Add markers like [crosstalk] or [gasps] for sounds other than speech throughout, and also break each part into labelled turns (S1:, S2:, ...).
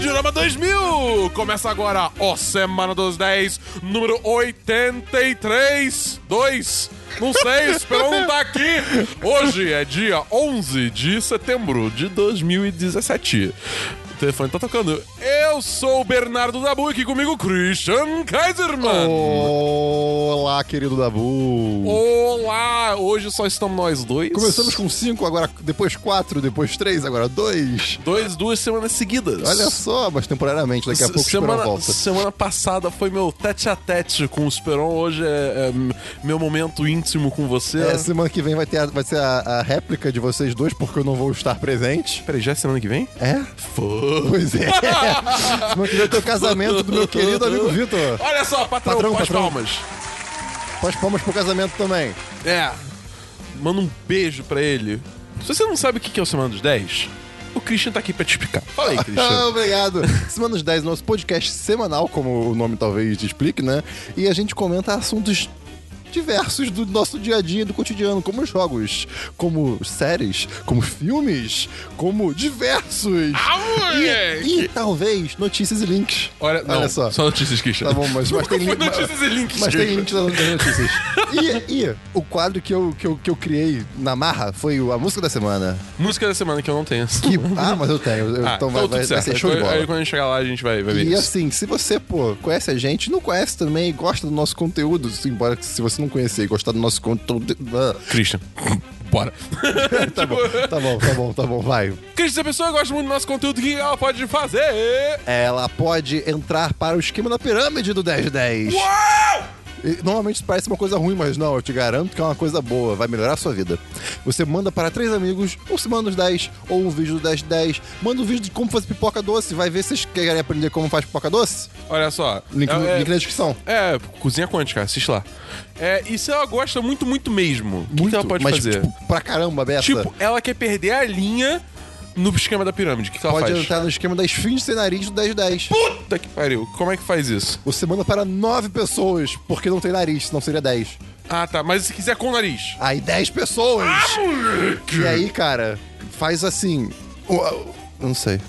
S1: Programa 2000! Começa agora, ó, Semana dos 10, número 83, 2. Não
S2: [laughs]
S1: sei, o Esperão não tá aqui. Hoje é dia 11 de setembro de 2017. O telefone tá tocando. Eu sou o Bernardo Dabu e aqui comigo Christian Kaiserman.
S2: Oh. Olá, querido Dabu.
S1: Olá! Hoje só estamos nós dois.
S2: Começamos com cinco, agora depois quatro, depois três, agora dois.
S1: dois, duas semanas seguidas.
S2: Olha só, mas temporariamente, daqui a
S1: Se-
S2: pouco o
S1: semana,
S2: Esperão volta.
S1: semana passada foi meu tete a tete com o Esperon. Hoje é, é m- meu momento íntimo com você.
S2: É, semana que vem vai, ter a- vai ser a, a réplica de vocês dois, porque eu não vou estar presente.
S1: Peraí, já é semana que vem?
S2: É?
S1: Fô.
S2: Pois é. semana que vem tem o casamento do meu querido amigo Vitor.
S1: Olha só, patrão,
S2: Patrão,
S1: faz
S2: patrão.
S1: palmas.
S2: Faz palmas pro casamento também.
S1: É. Manda um beijo pra ele. Se você não sabe o que que é o Semana dos 10, o Christian tá aqui pra te explicar. Fala aí, Christian.
S2: [laughs] Ah, obrigado. Semana dos 10, nosso podcast semanal, como o nome talvez te explique, né? E a gente comenta assuntos diversos do nosso dia a dia, do cotidiano, como jogos, como séries, como filmes, como diversos. e, e talvez notícias e links.
S1: Ah, Olha, não,
S2: só.
S1: notícias, Christian.
S2: Tá bom, mas, mas tem
S1: Foi
S2: link-
S1: notícias e links,
S2: Mas tem
S1: Christian.
S2: link nas
S1: [laughs]
S2: nas notícias. E, e o quadro que eu, que, eu, que eu criei na marra foi o- a música da semana.
S1: Música da semana que eu não tenho. [laughs]
S2: Que, ah, mas eu tenho. eu-
S1: Ah,
S2: então vai,
S1: tudo
S2: vai, vai
S1: certo.
S2: ser show de
S1: Aí-
S2: bola.
S1: Aí quando a gente chegar lá, a gente vai, vai ver
S2: E
S1: isso.
S2: assim, se você, pô, conhece a gente, não conhece também, gosta do nosso conteúdo, se- embora que se você não conhecer e gostar do nosso conteúdo. [laughs] Ah,
S1: Christian, [laughs] bora.
S2: Tá bom, tá bom, tá bom, tá bom, vai.
S1: Christian, se a pessoa gosta muito do nosso conteúdo, o que ela pode fazer?
S2: Ela pode entrar para o esquema da pirâmide do 1010.
S1: Uau!
S2: E, Normalmente isso parece uma coisa ruim, mas não, eu te garanto que é uma coisa boa, vai melhorar a sua vida. Você manda para três amigos, ou se manda os 10, ou um vídeo do 1010, manda um vídeo de como fazer pipoca doce, vai ver se vocês querem aprender como faz pipoca doce.
S1: Olha só.
S2: Link, no-
S1: é,
S2: link na descrição.
S1: é, cozinha quântica, assiste lá. É, e se ela gosta muito, muito mesmo, o que que ela Então pode
S2: mas,
S1: fazer?
S2: Tipo, pra caramba, Beta.
S1: Tipo, ela quer perder a linha no esquema da pirâmide. O que, que ela
S2: Pode
S1: faz?
S2: entrar no esquema da esfinge sem nariz do 1010.
S1: Puta que pariu. Como é que faz isso?
S2: Você manda para nove pessoas, porque não tem nariz, senão seria 10.
S1: Ah, tá. Mas se quiser com o nariz.
S2: Aí 10 pessoas! E aí, cara, faz assim. Uau, Não sei.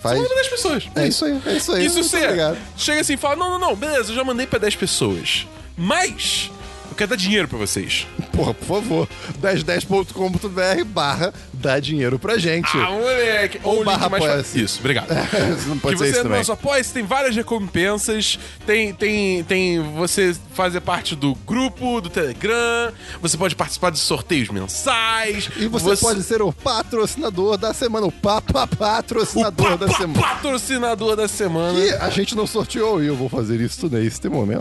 S2: Faz.
S1: Manda das pessoas.
S2: É isso aí, é isso aí.
S1: Isso
S2: Muito
S1: você
S2: obrigado.
S1: chega assim e fala: não, não, não, beleza, eu já mandei pra 10 pessoas. Mas eu quero dar dinheiro pra vocês.
S2: Porra, por favor, 1010.com.br barra dá dinheiro pra gente.
S1: Ah, moleque! Ou, o
S2: barra
S1: link mais
S2: apoia-se.
S1: fácil. Isso,
S2: [laughs]
S1: obrigado.
S2: Isso [laughs] não pode
S1: que
S2: ser
S1: você
S2: isso também.
S1: nosso apoia tem várias recompensas, tem, tem, tem você fazer parte do grupo, do Telegram, você pode participar de sorteios mensais.
S2: E você, pode ser o patrocinador da semana, o papa
S1: o
S2: patrocinador da
S1: pa- pa-
S2: semana.
S1: patrocinador da semana.
S2: E a gente não sorteou e eu vou fazer isso neste momento.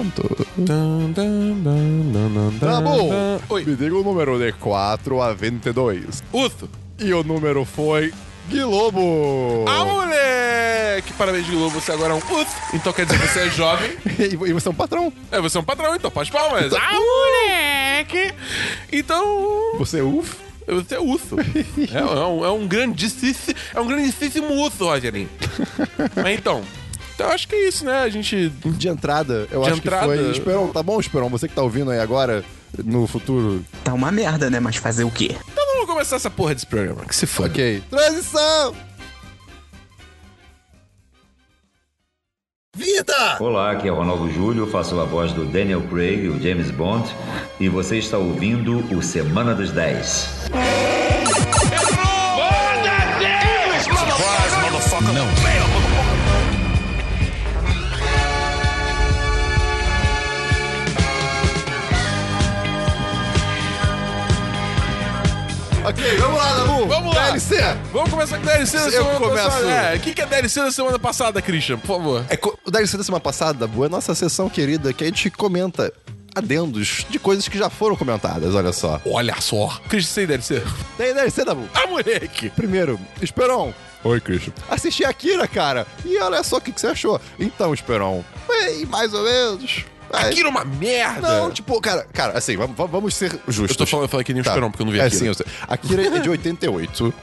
S1: Dun, dun, dun, dun, dun,
S2: Tá bom.
S1: dun. Oi,
S2: Me diga o número de 4 a 22.
S1: Uto.
S2: E o número foi Guilobo.
S1: Ah, moleque! Parabéns, Globo, você agora é um Uto. Então quer dizer que você é
S2: [laughs]
S1: jovem.
S2: [laughs] E e você é um patrão.
S1: É, você é um patrão, então faz palmas. Ah, moleque! Então,
S2: Você é uf.
S1: Você é urso. é, é um, é um grandíssimo. É um grandíssimo urso,
S2: [laughs]
S1: Rogerinho. Mas então. Então eu acho que é isso, né? A gente.
S2: [laughs] De entrada, eu
S1: De
S2: acho
S1: entrada.
S2: que foi. Esperão, tá bom, Esperão? Você que tá ouvindo aí agora, no futuro.
S3: Tá uma merda, né? Mas fazer o quê?
S1: Então vamos começar essa porra desse programa, que se foda.
S2: Ok. Transição! Vida!
S4: Olá, aqui é Ronaldo Júlio, faço a voz do Daniel Craig, o James Bond, e você está ouvindo o Semana dos 10.
S2: Ok, vamos lá, Dabu.
S1: Vamos lá.
S2: DLC.
S1: Vamos começar com DLC da
S2: Eu
S1: semana
S2: começo.
S1: passada. É, o que, que é DLC da semana passada, Christian? Por favor.
S2: É, co- o DLC da semana passada, Dabu, é a nossa sessão querida que a gente comenta adendos de coisas que já foram comentadas, olha só.
S1: Olha só. Christian, sem DLC.
S2: Tem DLC, Dabu?
S1: Ah, moleque!
S2: Primeiro, Esperon,
S1: Oi, Christian.
S2: assisti Akira, cara. E olha só o que, que você achou. Então, Esperon, bem, mais ou menos. Mas-
S1: Aquilo é uma merda!
S2: Não, tipo, cara, cara, assim, vamos, vamos- vamos ser justos.
S1: Eu tô falando- eu falei que nem o Esperon, porque eu não vi
S2: é,
S1: Akira.
S2: Sim, eu sei. Akira é de 88.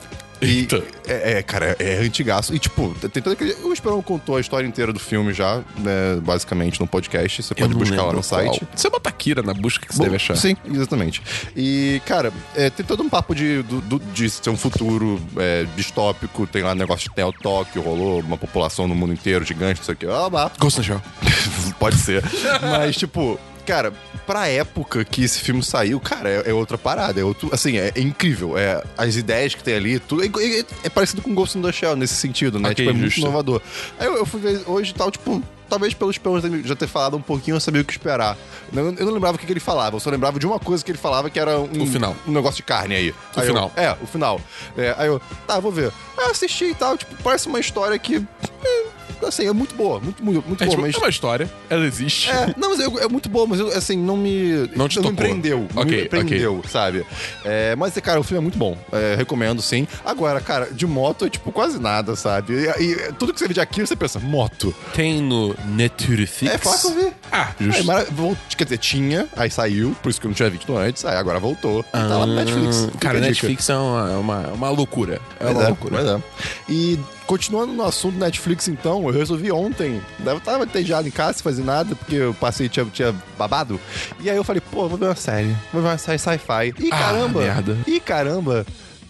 S2: E
S1: Eita.
S2: é, é, cara, é antigaço. E, tipo, tem todo aquele. O Esperão contou a história inteira do filme já, né, basicamente, no podcast. Você pode
S1: não
S2: buscar lá
S1: lembro
S2: no site.
S1: qual. Você bota Kira na busca que você
S2: Bom,
S1: deve achar.
S2: Sim, exatamente. E, cara, é, tem todo um papo de, do- do- de ser um futuro é, distópico, tem lá negócio de Neo Tóquio, rolou uma população no mundo inteiro gigante, não sei o quê. Ah, bah.
S1: Ghost in the Shell.
S2: [laughs] Pode ser. Mas, tipo, cara, pra época que esse filme saiu, cara, é, é outra parada. É outro, assim, é, é incrível. É, as ideias que tem ali, tudo. É, é- é parecido com Ghost in the Shell nesse sentido, né?
S1: Ok,
S2: tipo, é muito
S1: justo.
S2: inovador. Aí eu, eu fui ver hoje e tal, tipo. Talvez pelos peões dele já ter falado um pouquinho, eu sabia o que esperar. Eu, eu não lembrava o que, que ele falava, eu só lembrava de uma coisa que ele falava que era um,
S1: O final.
S2: um negócio de carne aí.
S1: O
S2: Aí eu-
S1: final.
S2: é, o final. É, aí eu, tá, vou ver. Aí eu assisti e tal, tipo, parece uma história que. é, assim, é muito boa, muito, muito, muito
S1: É,
S2: boa,
S1: tipo,
S2: mas.
S1: é uma história, ela existe.
S2: É, não, mas eu- é muito bom, mas eu, assim, não me.
S1: Não te
S2: não
S1: tocou.
S2: me prendeu. não
S1: Ok,
S2: me prendeu, sabe? É, mas, cara, o filme é muito bom. É, recomendo, sim. Agora, cara, de moto é tipo quase nada, sabe? E, e tudo que você vê de aqui, você pensa, moto.
S1: Tem no Netflix.
S2: É, foi lá que eu vi. É,
S1: Ah,
S2: Aí,
S1: justo.
S2: mara- vol- Quer dizer, tinha, aí saiu, por isso que eu não tinha visto antes, aí agora voltou. E tá lá no Netflix.
S1: Ah,
S2: Fica
S1: Cara,
S2: a dica.
S1: Netflix é uma, é uma, é uma loucura. É
S2: Pois
S1: uma
S2: é,
S1: loucura.
S2: pois é. E continuando no assunto Netflix, então, eu resolvi ontem. né, Eu tava entediado em casa, sem fazer nada, porque eu passei tinha, tinha babado. E aí eu falei, pô, vou ver uma série. Vou ver uma série sci-fi. E
S1: Ah,
S2: caramba!
S1: merda.
S2: E caramba!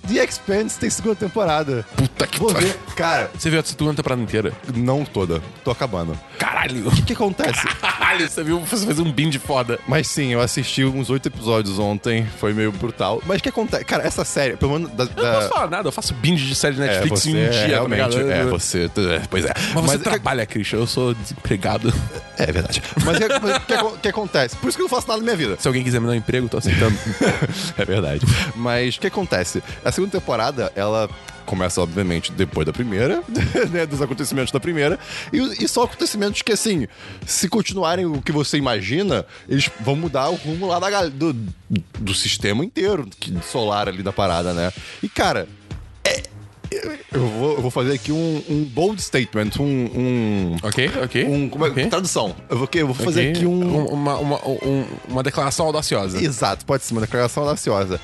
S2: The Expanse tem segunda temporada.
S1: Puta que
S2: Vou
S1: [laughs] pariu.
S2: ver. Cara,
S1: Você viu a segunda temporada inteira?
S2: não toda. Tô acabando. O
S1: Caralho.
S2: que acontece?
S1: Caralho, você viu você fazer um binge foda.
S2: Mas sim, eu assisti uns oito episódios ontem. Foi meio brutal. Mas o que acontece? Cara, essa série, pelo menos da.
S1: Eu não
S2: da-
S1: posso falar nada, eu faço binge de série de
S2: É,
S1: Netflix
S2: você
S1: em um
S2: é,
S1: dia, tá
S2: realmente.
S1: ligado?
S2: É, você. é, Pois é.
S1: Mas você
S2: o que-
S1: trabalha, Christian, eu sou desempregado.
S2: É verdade. Mas o que- mas o que, acon- que acontece? Por isso que eu não faço nada na minha vida.
S1: Se alguém quiser me dar um emprego, tô
S2: [laughs]
S1: aceitando.
S2: é verdade. Mas o que acontece? A segunda temporada, ela começa, obviamente, depois da primeira, [laughs] né, dos acontecimentos da primeira, e, e são acontecimentos que, assim, se continuarem o que você imagina, eles vão mudar o rumo lá da, gal- do, do sistema inteiro que, solar ali da parada, né? E, cara... é- Eu vou, eu vou fazer aqui um, um bold statement, um. um
S1: ok, ok.
S2: um- como é-
S1: ok.
S2: Tradução. Eu vou, eu vou fazer
S1: Ok.
S2: aqui um,
S1: Uma, uma, um- uma declaração audaciosa.
S2: Exato, pode ser uma declaração audaciosa.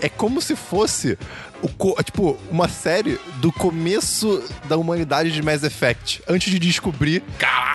S2: É como se fosse o co- tipo uma série do começo da humanidade de Mass Effect, antes de descobrir,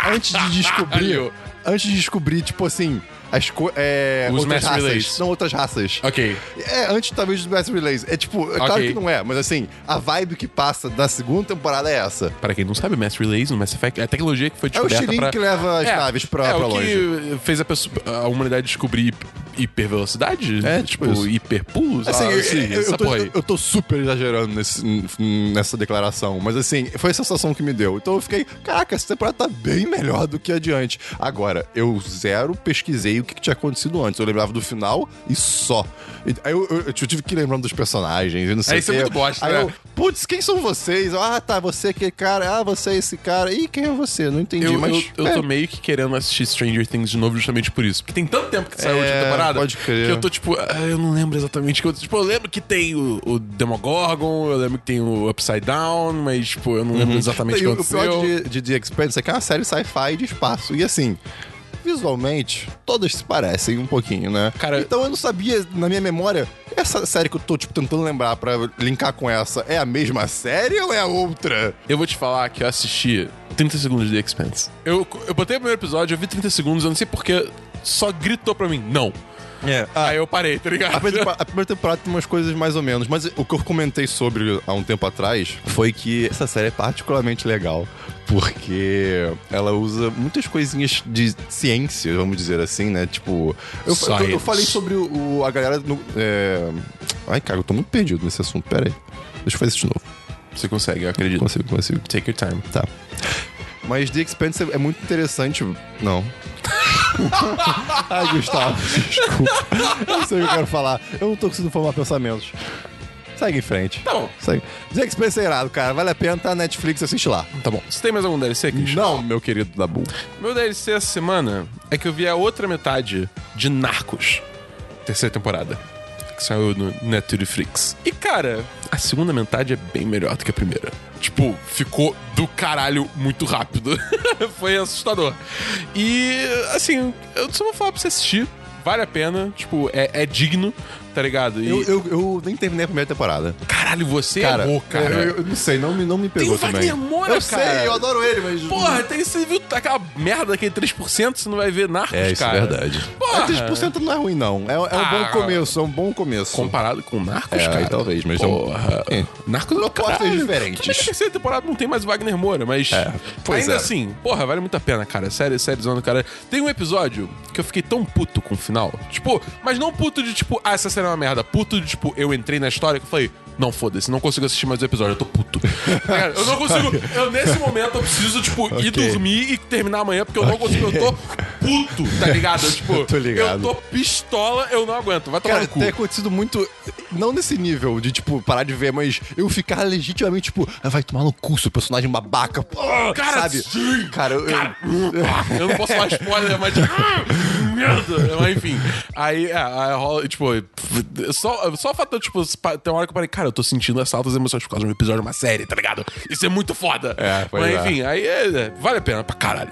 S2: antes de descobrir,
S1: Caralho!
S2: antes de descobrir tipo assim as co é,
S1: Os
S2: outras
S1: Mass
S2: raças,
S1: Relays.
S2: não outras raças.
S1: Ok.
S2: É, antes talvez dos Mass Relays. É tipo, é claro
S1: Ok.
S2: que não é, mas assim, a vibe que passa da segunda temporada é essa.
S1: Para quem não sabe, Mass Relays no Mass Effect é a tecnologia que foi
S2: É o
S1: descoberta
S2: estilingue
S1: pra...
S2: que leva as
S1: É,
S2: naves pra,
S1: é,
S2: pra
S1: o
S2: longe.
S1: que fez a, pessoa, a humanidade descobrir hip- hipervelocidade?
S2: É, tipo isso.
S1: hiperpulos?
S2: Assim,
S1: ah,
S2: eu,
S1: sim,
S2: eu- eu
S1: essa
S2: tô,
S1: porra aí.
S2: eu tô super exagerando nesse- n- nessa declaração, mas assim, foi a sensação que me deu. Então eu fiquei, caraca, essa temporada tá bem melhor do que adiante. Agora, eu zero pesquisei o que, que tinha acontecido antes. Eu lembrava do final e só. E- aí eu, eu- eu tive que lembrar dos personagens e não sei
S1: É,
S2: o
S1: isso é
S2: quê.
S1: muito bosta,
S2: Aí
S1: né?
S2: eu, putz, quem são vocês? Eu, Ah, tá, você é aquele cara. Ah, você é esse cara. Ih, quem é você? Não entendi,
S1: Eu,
S2: mas...
S1: eu, eu
S2: é.
S1: tô meio que querendo assistir Stranger Things de novo justamente por isso. Porque tem tanto tempo que saiu a última
S2: É,
S1: temporada.
S2: pode crer.
S1: Que eu tô tipo, ah, eu não lembro exatamente. o Que eu, tipo, eu lembro que tem o, o Demogorgon, eu lembro que tem o Upside Down, mas, tipo, eu não lembro exatamente o
S2: E
S1: que
S2: Uhum. o, o
S1: aconteceu.
S2: pior de, de The Expanse é que é uma série sci-fi de espaço. E assim, visualmente, todas se parecem um pouquinho, né?
S1: Cara-
S2: então eu não sabia, na minha memória, essa série que eu tô, tipo, tentando lembrar pra linkar com essa, é a mesma série ou é a outra?
S1: Eu vou te falar que eu assisti 30 segundos de The Expanse. Eu, eu botei o primeiro episódio, eu vi 30 segundos, eu não sei porque só gritou pra mim, não.
S2: É.
S1: Aí eu parei, tá ligado?
S2: A primeira, temporada- a primeira temporada tem umas coisas mais ou menos, mas o que eu comentei sobre há um tempo atrás foi que essa série é particularmente legal, porque ela usa muitas coisinhas de ciência, vamos dizer assim, né? Tipo, eu, eu- eu
S1: Science.
S2: falei sobre o, o- a galera do. é, Ai, cara, eu tô muito perdido nesse assunto, pera aí. Deixa eu fazer isso de novo.
S1: Você consegue, eu acredito.
S2: Consigo, consigo.
S1: Take your time.
S2: Tá. Mas The Expanse é muito interessante. Não. [laughs] Ai, Gustavo, desculpa. Eu não sei o que eu quero falar. Eu não tô conseguindo formar pensamentos. Segue em frente.
S1: Tá bom.
S2: Segue. The Expanse é irado, cara. Vale a pena, tá na Netflix, assiste lá.
S1: Tá bom. Você tem mais algum DLC, Christian?
S2: Não, meu querido Dabu.
S1: Meu DLC essa semana é que eu vi a outra metade de Narcos, terceira temporada, que saiu no Netflix. E cara, a segunda metade é bem melhor do que a primeira. Tipo, ficou do caralho muito rápido. [laughs] Foi assustador. E assim, eu só vou falar pra você assistir. Vale a pena, tipo, é, é digno, tá ligado? E,
S2: Eu, eu, eu nem terminei a primeira temporada.
S1: Caralho, você
S2: Cara,
S1: errou, cara.
S2: Eu, eu não sei, não me, não me
S1: Tem
S2: pegou
S1: o
S2: também.
S1: Wagner Moura,
S2: eu
S1: cara.
S2: sei, eu adoro ele, mas...
S1: Porra, tem, você viu aquela merda daquele 3%, você não vai ver Narcos,
S2: É, isso
S1: cara.
S2: é verdade.
S1: Porra.
S2: É, 3% não é ruim, não. É, é um
S1: Ah.
S2: bom começo, é um bom começo.
S1: Comparado com Narcos,
S2: É,
S1: cara.
S2: aí talvez, mas é um-
S1: Ah, Porra.
S2: É.
S1: Narcos é do
S2: Propostas
S1: caralho.
S2: diferentes.
S1: Tudo bem que a terceira temporada não tem mais Wagner Moura, mas.
S2: É, pois
S1: ainda
S2: é.
S1: assim, porra, vale muito a pena, cara. Sério, sério, do cara. Tem um episódio que eu fiquei tão puto com o final. Tipo, mas não puto de tipo, ah, essa série é uma merda. Puto de tipo, eu entrei na história que eu falei. Não, foda-se, não consigo assistir mais o episódio, eu tô
S2: [laughs]
S1: puto. Cara, eu não consigo. Eu, nesse momento, eu preciso, tipo, ir
S2: Ok.
S1: dormir e terminar amanhã, porque eu não consigo. Eu tô puto, tá
S2: [laughs]
S1: ligado? Eu, tipo,
S2: Tô ligado.
S1: eu tô pistola, eu não aguento. Vai tomar
S2: Cara,
S1: no cu.
S2: tem acontecido muito, não nesse nível de, tipo, parar de ver, mas eu ficar legitimamente, tipo, ah, vai tomar no cu, seu personagem babaca. pô,
S1: Cara,
S2: sabe?
S1: sim!
S2: Cara, eu, [laughs]
S1: Cara, eu não posso falar spoiler, é mas. "Ah, Merda! Mas enfim. Aí, é, aí rola, tipo, só, só o fato, tipo, tem uma hora que eu parei, cara, eu tô sentindo essas altas emoções por causa de um episódio de uma série, tá ligado? Isso é muito foda.
S2: É, pois
S1: Mas
S2: é.
S1: enfim, aí é, é, vale a pena pra caralho.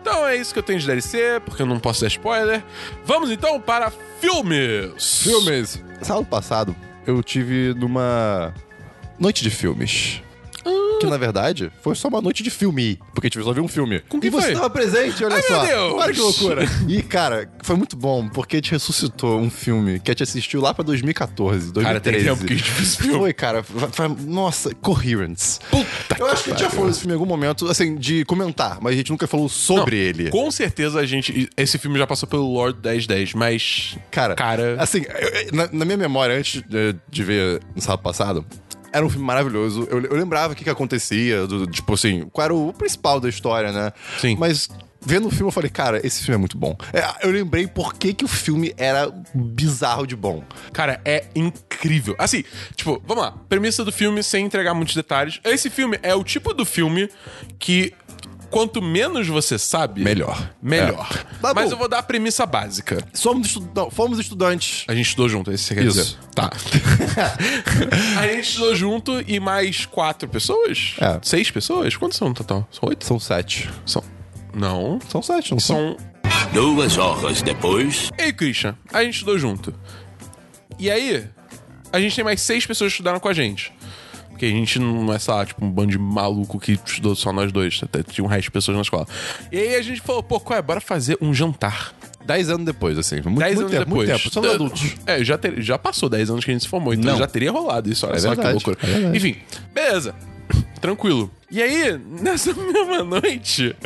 S1: Então é isso que eu tenho de DLC, porque eu não posso dar spoiler. Vamos então para filmes!
S2: Filmes. Sábado passado, eu tive numa noite de filmes.
S1: Ah.
S2: Que na verdade foi só uma noite de filme, porque a gente só viu um filme.
S1: Com quem
S2: e você
S1: foi?
S2: estava presente, olha
S1: Ai, meu
S2: só.
S1: Deus!
S2: Olha que
S1: [laughs]
S2: loucura. E cara, foi muito bom, porque a gente ressuscitou um filme que a gente assistiu lá pra 2014, 2013.
S1: Cara, tem tempo que a gente viu esse filme.
S2: Foi, cara. fa- fa- Nossa, Coherence.
S1: Puta
S2: Eu acho que a gente já falou desse filme em algum momento, assim, de comentar, mas a gente nunca falou sobre
S1: Não,
S2: ele.
S1: Com certeza a gente. Esse filme já passou pelo Lord 1010, mas.
S2: Cara,
S1: Cara.
S2: assim, eu- eu- na, na minha memória, antes de, de ver no sábado passado, era um filme maravilhoso. Eu, eu lembrava o que, que acontecia, do- do- tipo assim, qual era o principal da história, né?
S1: Sim.
S2: Mas vendo o filme, eu falei, cara, esse filme é muito bom. É, eu lembrei por que, que o filme era bizarro de bom.
S1: Cara, é incrível. Assim, tipo, vamos lá. Premissa do filme, sem entregar muitos detalhes. Esse filme é o tipo do filme que. Quanto menos você sabe.
S2: Melhor.
S1: Melhor.
S2: É. Tá
S1: Mas
S2: bom.
S1: eu vou dar a premissa básica.
S2: Somos estu- não, fomos estudantes.
S1: A gente estudou junto, é isso que você quer
S2: Isso.
S1: dizer?
S2: [laughs]
S1: Tá. a gente estudou junto e mais quatro pessoas?
S2: É.
S1: Seis pessoas? Quantos são no total? São oito?
S2: São sete.
S1: São. Não.
S2: São sete, não
S1: São
S2: são?
S5: Duas horas depois.
S1: Ei, Christian, a gente estudou junto. E aí, a gente tem mais seis pessoas que estudaram com a gente. Porque a gente não é, sei lá, tipo um bando de maluco que estudou só nós dois. Até tinha um resto de pessoas na escola. E aí a gente falou, pô, qual é? Bora fazer um jantar.
S2: Dez anos depois, assim. Muito,
S1: Dez
S2: muito
S1: anos
S2: tempo,
S1: depois.
S2: Muito tempo. Somos adultos.
S1: É, já, ter- já passou 10 anos que a gente se formou, então
S2: Não.
S1: já teria rolado isso. Olha
S2: É
S1: só que
S2: verdade,
S1: loucura.
S2: é verdade.
S1: Enfim, beleza. [coughs] Tranquilo. E aí, nessa [laughs] mesma noite,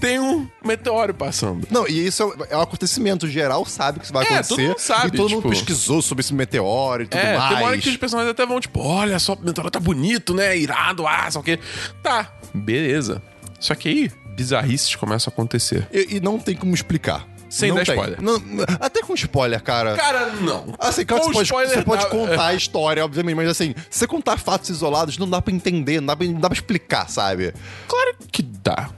S1: tem um meteoro passando.
S2: Não, e isso é, é um acontecimento. Geral sabe que isso vai
S1: É,
S2: acontecer.
S1: todo mundo sabe,
S2: e todo
S1: tipo-
S2: mundo pesquisou sobre esse meteoro e tudo
S1: É,
S2: mais.
S1: tem uma hora que os personagens até vão, tipo, olha só, o Mentorado tá bonito, né? Irado, ah, só que. Tá, beleza. Só que aí, bizarrices começam a acontecer.
S2: E, e não tem como explicar.
S1: Sem
S2: não
S1: dar
S2: tem.
S1: spoiler.
S2: Não- não- até com spoiler, cara.
S1: Cara, não.
S2: Assim, claro que
S1: Com
S2: você pode,
S1: spoiler
S2: você pode
S1: dá-
S2: contar a história, obviamente, mas assim, se você contar fatos isolados, não dá pra entender, não dá pra, não dá pra explicar, sabe?
S1: É, Claro que dá.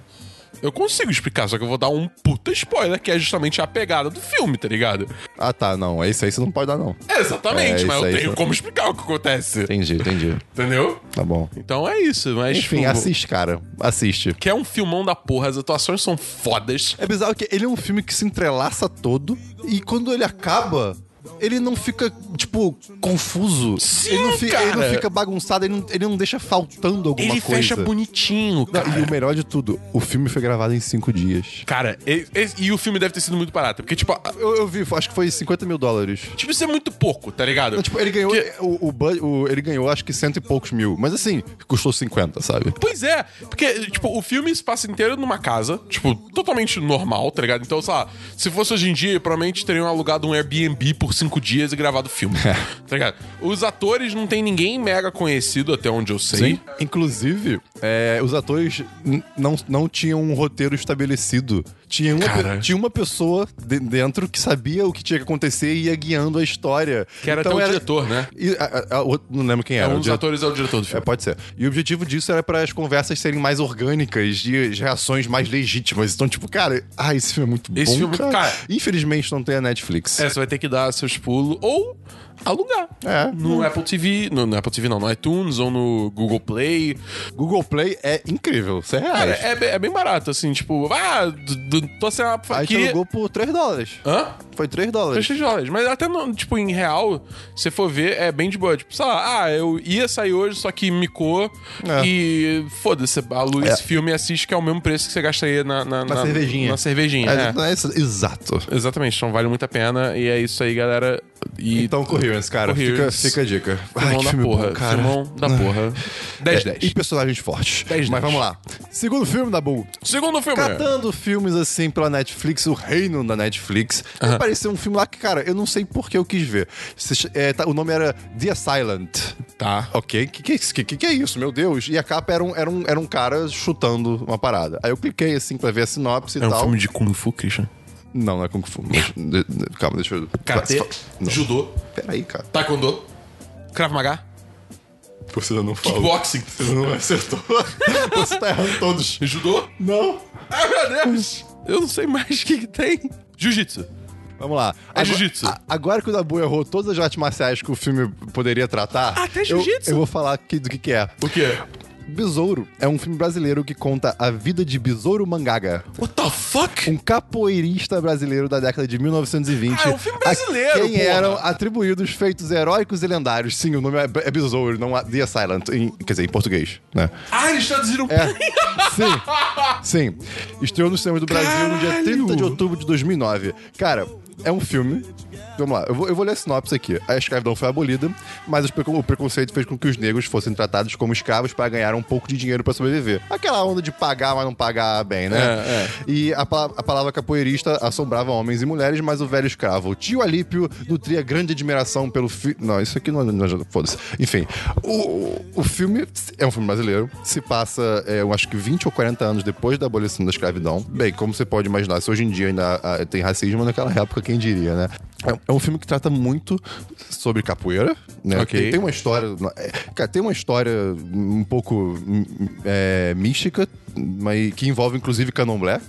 S1: Eu consigo explicar, só que eu vou dar um puta spoiler, que é justamente a pegada do filme, tá ligado?
S2: Ah, tá, não. É isso aí, você não pode dar, não.
S1: É, exatamente,
S2: É,
S1: mas eu
S2: isso aí,
S1: tenho
S2: isso-
S1: como explicar o que acontece.
S2: Entendi, entendi.
S1: Entendeu?
S2: Tá bom.
S1: Então é isso, mas.
S2: Enfim,
S1: tipo,
S2: assiste, cara. Assiste.
S1: Que é um filmão da porra, as atuações são fodas.
S2: É bizarro que ele é um filme que se entrelaça todo e quando ele acaba, ele não fica, tipo, confuso.
S1: Sim,
S2: ele, não fi- ele não
S1: cara.
S2: fica bagunçado, ele não, ele não deixa faltando alguma
S1: Ele
S2: coisa.
S1: fecha bonitinho,
S2: Não,
S1: cara.
S2: e o melhor de tudo, o filme foi gravado em cinco dias.
S1: Cara, e, e- e o filme deve ter sido muito barato. Porque, tipo, a-
S2: Eu, eu vi, acho que foi 50 mil dólares.
S1: tipo, isso é muito pouco, tá ligado?
S2: Não, tipo, ele ganhou,
S1: Que-
S2: o, o bud- o- ele ganhou acho que cento e poucos mil. Mas assim, custou 50, sabe?
S1: Pois é, porque, tipo, o filme se passa inteiro numa casa, tipo, totalmente normal, tá ligado? Então, sei lá, se fosse hoje em dia, provavelmente teriam alugado um Airbnb por cinco dias e gravado o filme, tá ligado? Os atores não tem ninguém mega conhecido, até onde eu sei.
S2: Inclusive, é, os atores n- não, não tinham um roteiro estabelecido. Tinha uma,
S1: Cara.
S2: pe- tinha uma pessoa de- dentro que sabia o que tinha que acontecer e ia guiando a história. Então
S1: Que era até o diretor, né?
S2: E a- a- a- o- não lembro quem
S1: É,
S2: era.
S1: um
S2: o
S1: dos
S2: dire-
S1: atores é o diretor do
S2: É,
S1: filme.
S2: pode ser. E o objetivo disso era para as conversas serem mais orgânicas e as reações mais legítimas. Então, tipo, cara, ah, esse filme é muito
S1: Esse
S2: bom.
S1: filme é muito-
S2: cara.
S1: cara.
S2: Infelizmente não tem a Netflix.
S1: É, você vai ter que dar seus pulos. Ou alugar.
S2: É.
S1: No Apple TV, no, no Apple TV não, no iTunes ou no Google Play.
S2: Google Play é incrível, 100
S1: Cara,
S2: reais.
S1: é, be- é bem barato, assim, tipo, ah, d- d- tô sem a
S2: Aí tu
S1: queria-
S2: alugou por 3 dólares.
S1: Hã?
S2: Foi 3 dólares.
S1: Fechei de dólares. Mas até, no, tipo, em real, se você for ver, é bem de boa. Tipo, sei lá, ah, eu ia sair hoje, só que micou.
S2: É.
S1: E foda-se, aluga
S2: É.
S1: esse filme e assiste, que é o mesmo preço que você gastaria na, na, na-
S2: cervejinha.
S1: Na cervejinha,
S2: É,
S1: é.
S2: não é isso- Exato.
S1: Exatamente, então vale muito a pena. E é isso aí, galera. E
S2: Então, Coherence, cara. Fica,
S1: Coherence.
S2: fica a dica.
S1: Filmão
S2: que
S1: da
S2: filme bom,
S1: porra. Filmão da porra. 10
S2: [laughs] É,
S1: 10.
S2: E personagens fortes.
S1: 10.
S2: Mas vamos lá. Segundo filme da Bull.
S1: Segundo filme.
S2: Catando filmes assim pela Netflix, o reino da Netflix. E apareceu um filme lá que, cara, eu não sei por que eu quis ver. Se ch- é, tá- o nome era The Silent.
S1: Tá.
S2: Ok, que que, é isso? que que que é isso, meu Deus? E a capa era um, era, um, era um cara chutando uma parada. Aí eu cliquei assim pra ver a sinopse
S1: É
S2: e
S1: um
S2: tal.
S1: filme de Kung Fu, Christian.
S2: Não, não é Kung Fu. mas- de- de- calma, deixa eu.
S1: Karate,
S2: Não,
S1: judô,
S2: peraí, cara.
S1: taekwondo, krav maga,
S2: Você ainda não falou.
S1: kickboxing,
S2: Você não [laughs] acertou. Você tá errando todos.
S1: judô.
S2: Não.
S1: Ai, meu Deus. Eu não sei mais o que, que tem. Jiu-jitsu.
S2: Vamos lá.
S1: É
S2: Agora-
S1: jiu-jitsu.
S2: a- Agora que o Dabu errou todas as artes marciais que o filme poderia tratar.
S1: Até
S2: eu-
S1: Ah, jiu-jitsu?
S2: Eu, vou falar aqui do que, que é.
S1: O quê?
S2: Besouro é um filme brasileiro que conta a vida de Besouro Mangaga,
S1: What the fuck?
S2: um capoeirista brasileiro da década de 1920.
S1: Ah, é um filme
S2: a
S1: brasileiro,
S2: Quem
S1: porra.
S2: eram atribuídos feitos heróicos e lendários. Sim, o nome é, é Besouro, não é The Silent. Em, quer dizer, em português, né?
S1: Ah, eles traduziram...
S2: É. Sim. Sim. Estreou nos cinemas do Brasil no dia
S1: Caralho!
S2: 30 de outubro de 2009. Cara, é um filme. Vamos lá, eu vou, eu vou ler a sinopse aqui. A escravidão foi abolida, mas os precon- o preconceito fez com que os negros fossem tratados como escravos para ganhar um pouco de dinheiro para sobreviver. Aquela onda de pagar, mas não pagar bem, né?
S1: É,
S2: E a, pala- a palavra capoeirista assombrava homens e mulheres, mas o velho escravo, o tio Alípio, nutria grande admiração pelo filho. Não, isso aqui não. é, não, não Foda-se. Enfim, o, o filme é um filme brasileiro. Se passa, é, eu acho que 20 ou 40 anos depois da abolição da escravidão. Bem, como você pode imaginar, se hoje em dia ainda ah, tem racismo, naquela época, quem diria, né? É um- É um filme que trata muito sobre capoeira, né?
S1: Ok.
S2: Tem- tem uma história. é, Cara, tem uma história um pouco hum, é, mística, mas que envolve inclusive candomblé.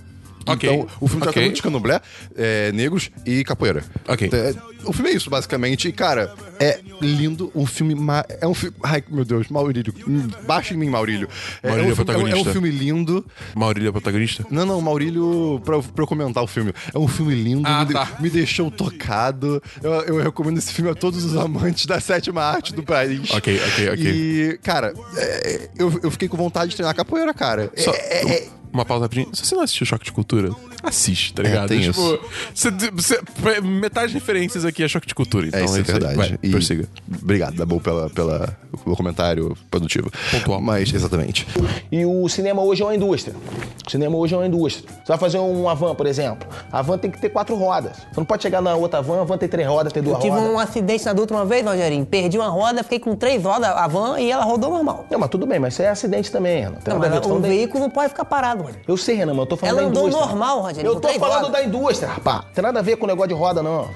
S1: Ok.
S2: Então, o filme trata
S1: Ok.
S2: muito de candomblé, é, negros e capoeira.
S1: Ok.
S2: É, o filme é isso, basicamente. E, cara, é lindo. Um filme. ma- É um filme. Ai, meu Deus, Maurílio. hum, Baixa em mim, Maurílio. É, é um
S1: Maurílio é
S2: filme- é um- é
S1: protagonista.
S2: um filme lindo.
S1: Maurílio é protagonista?
S2: Não, não, Maurílio, pra, eu- pra eu comentar o filme. É um filme lindo,
S1: Ah,
S2: me, de-
S1: tá.
S2: me deixou tocado. Eu, eu recomendo esse filme a todos os amantes da sétima arte do país.
S1: Ok, ok, ok.
S2: E, cara, é, eu, eu fiquei com vontade de treinar capoeira, cara. É,
S1: Só-
S2: é, é,
S1: Uma pausa rapidinho. Se você não assistiu Choque de Cultura, assiste, tá
S2: É,
S1: ligado?
S2: tem isso.
S1: você- você- p- metade das referências aqui é Choque de Cultura, então
S2: É, isso é
S1: aí.
S2: verdade.
S1: Vai,
S2: E
S1: prossiga.
S2: Obrigado, Dabu, pela, pela, pelo comentário produtivo.
S1: Pontual.
S2: Mas, exatamente.
S6: E o cinema hoje é uma indústria. O cinema hoje é uma indústria. Você vai fazer uma van, por exemplo. A van tem que ter quatro rodas. Você não pode chegar na outra van, a van tem três rodas, tem duas
S7: Eu tive
S6: rodas.
S7: um acidente na da última vez, Rogerinho. Perdi uma roda, fiquei com três rodas a van e ela rodou normal.
S6: Não, mas tudo bem, mas isso é acidente também, Renan. Tem
S7: Não,
S6: nada a
S7: mas
S6: ver, tô
S7: o
S6: falando da-
S7: veículo não pode ficar parado, Rogerinho.
S6: Eu sei, Renan, mas eu tô falando
S7: Ela
S6: da
S7: andou
S6: indústria.
S7: normal, Rogério,
S6: Eu
S7: com
S6: tô
S7: três
S6: falando
S7: rodas.
S6: da indústria, rapá. Tem nada a ver com o negócio de roda, não.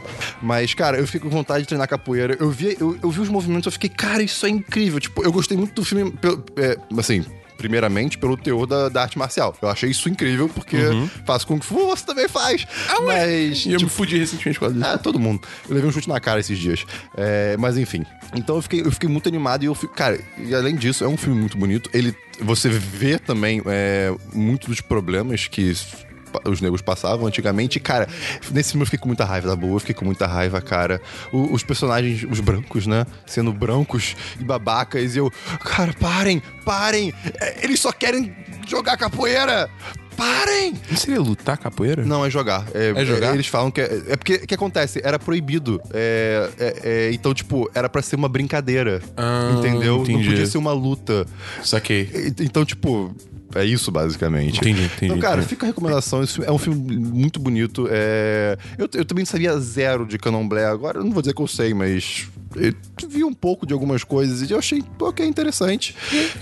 S2: Mas, cara, eu fiquei com vontade de treinar capoeira. Eu vi, eu, eu vi os movimentos, eu fiquei, cara, isso é incrível. Tipo, eu gostei muito do filme, pelo- é, assim, primeiramente pelo teor da, da arte marcial. Eu achei isso incrível, porque faço Kung Fu, você também faz. mas,
S1: Uhum. Ah, E eu
S2: tipo,
S1: me fudi recentemente com
S2: ah, todo mundo. Eu levei um chute na cara esses dias. É, mas enfim. Então eu fiquei, eu fiquei muito animado e eu fico. Cara, e além disso, é um filme muito bonito. Ele. Você vê também é, muito dos problemas que s- pa- os negros passavam antigamente. E, cara, nesse filme eu fiquei com muita raiva da boa, eu fiquei com muita raiva, cara. O- os personagens, os brancos, né? Sendo brancos e babacas. E eu, cara, parem, parem! É, Eles só querem jogar capoeira! Parem!
S1: Não seria lutar capoeira?
S2: Não, é jogar. É,
S1: É jogar?
S2: é- Eles falam que. É, é porque o que acontece? Era proibido. É, é- é, então, tipo, era pra ser uma brincadeira.
S1: Ah,
S2: entendeu?
S1: entendi.
S2: Não podia ser uma luta.
S1: Saquei.
S2: E- Então, tipo. É isso, basicamente.
S1: Entendi, entendi,
S2: Então, cara,
S1: entendi.
S2: fica a recomendação. Esse filme é um filme muito bonito. É, Eu, eu também sabia zero de Candomblé. Agora, eu não vou dizer que eu sei, mas... Eu vi um pouco de algumas coisas e eu achei, ok, interessante.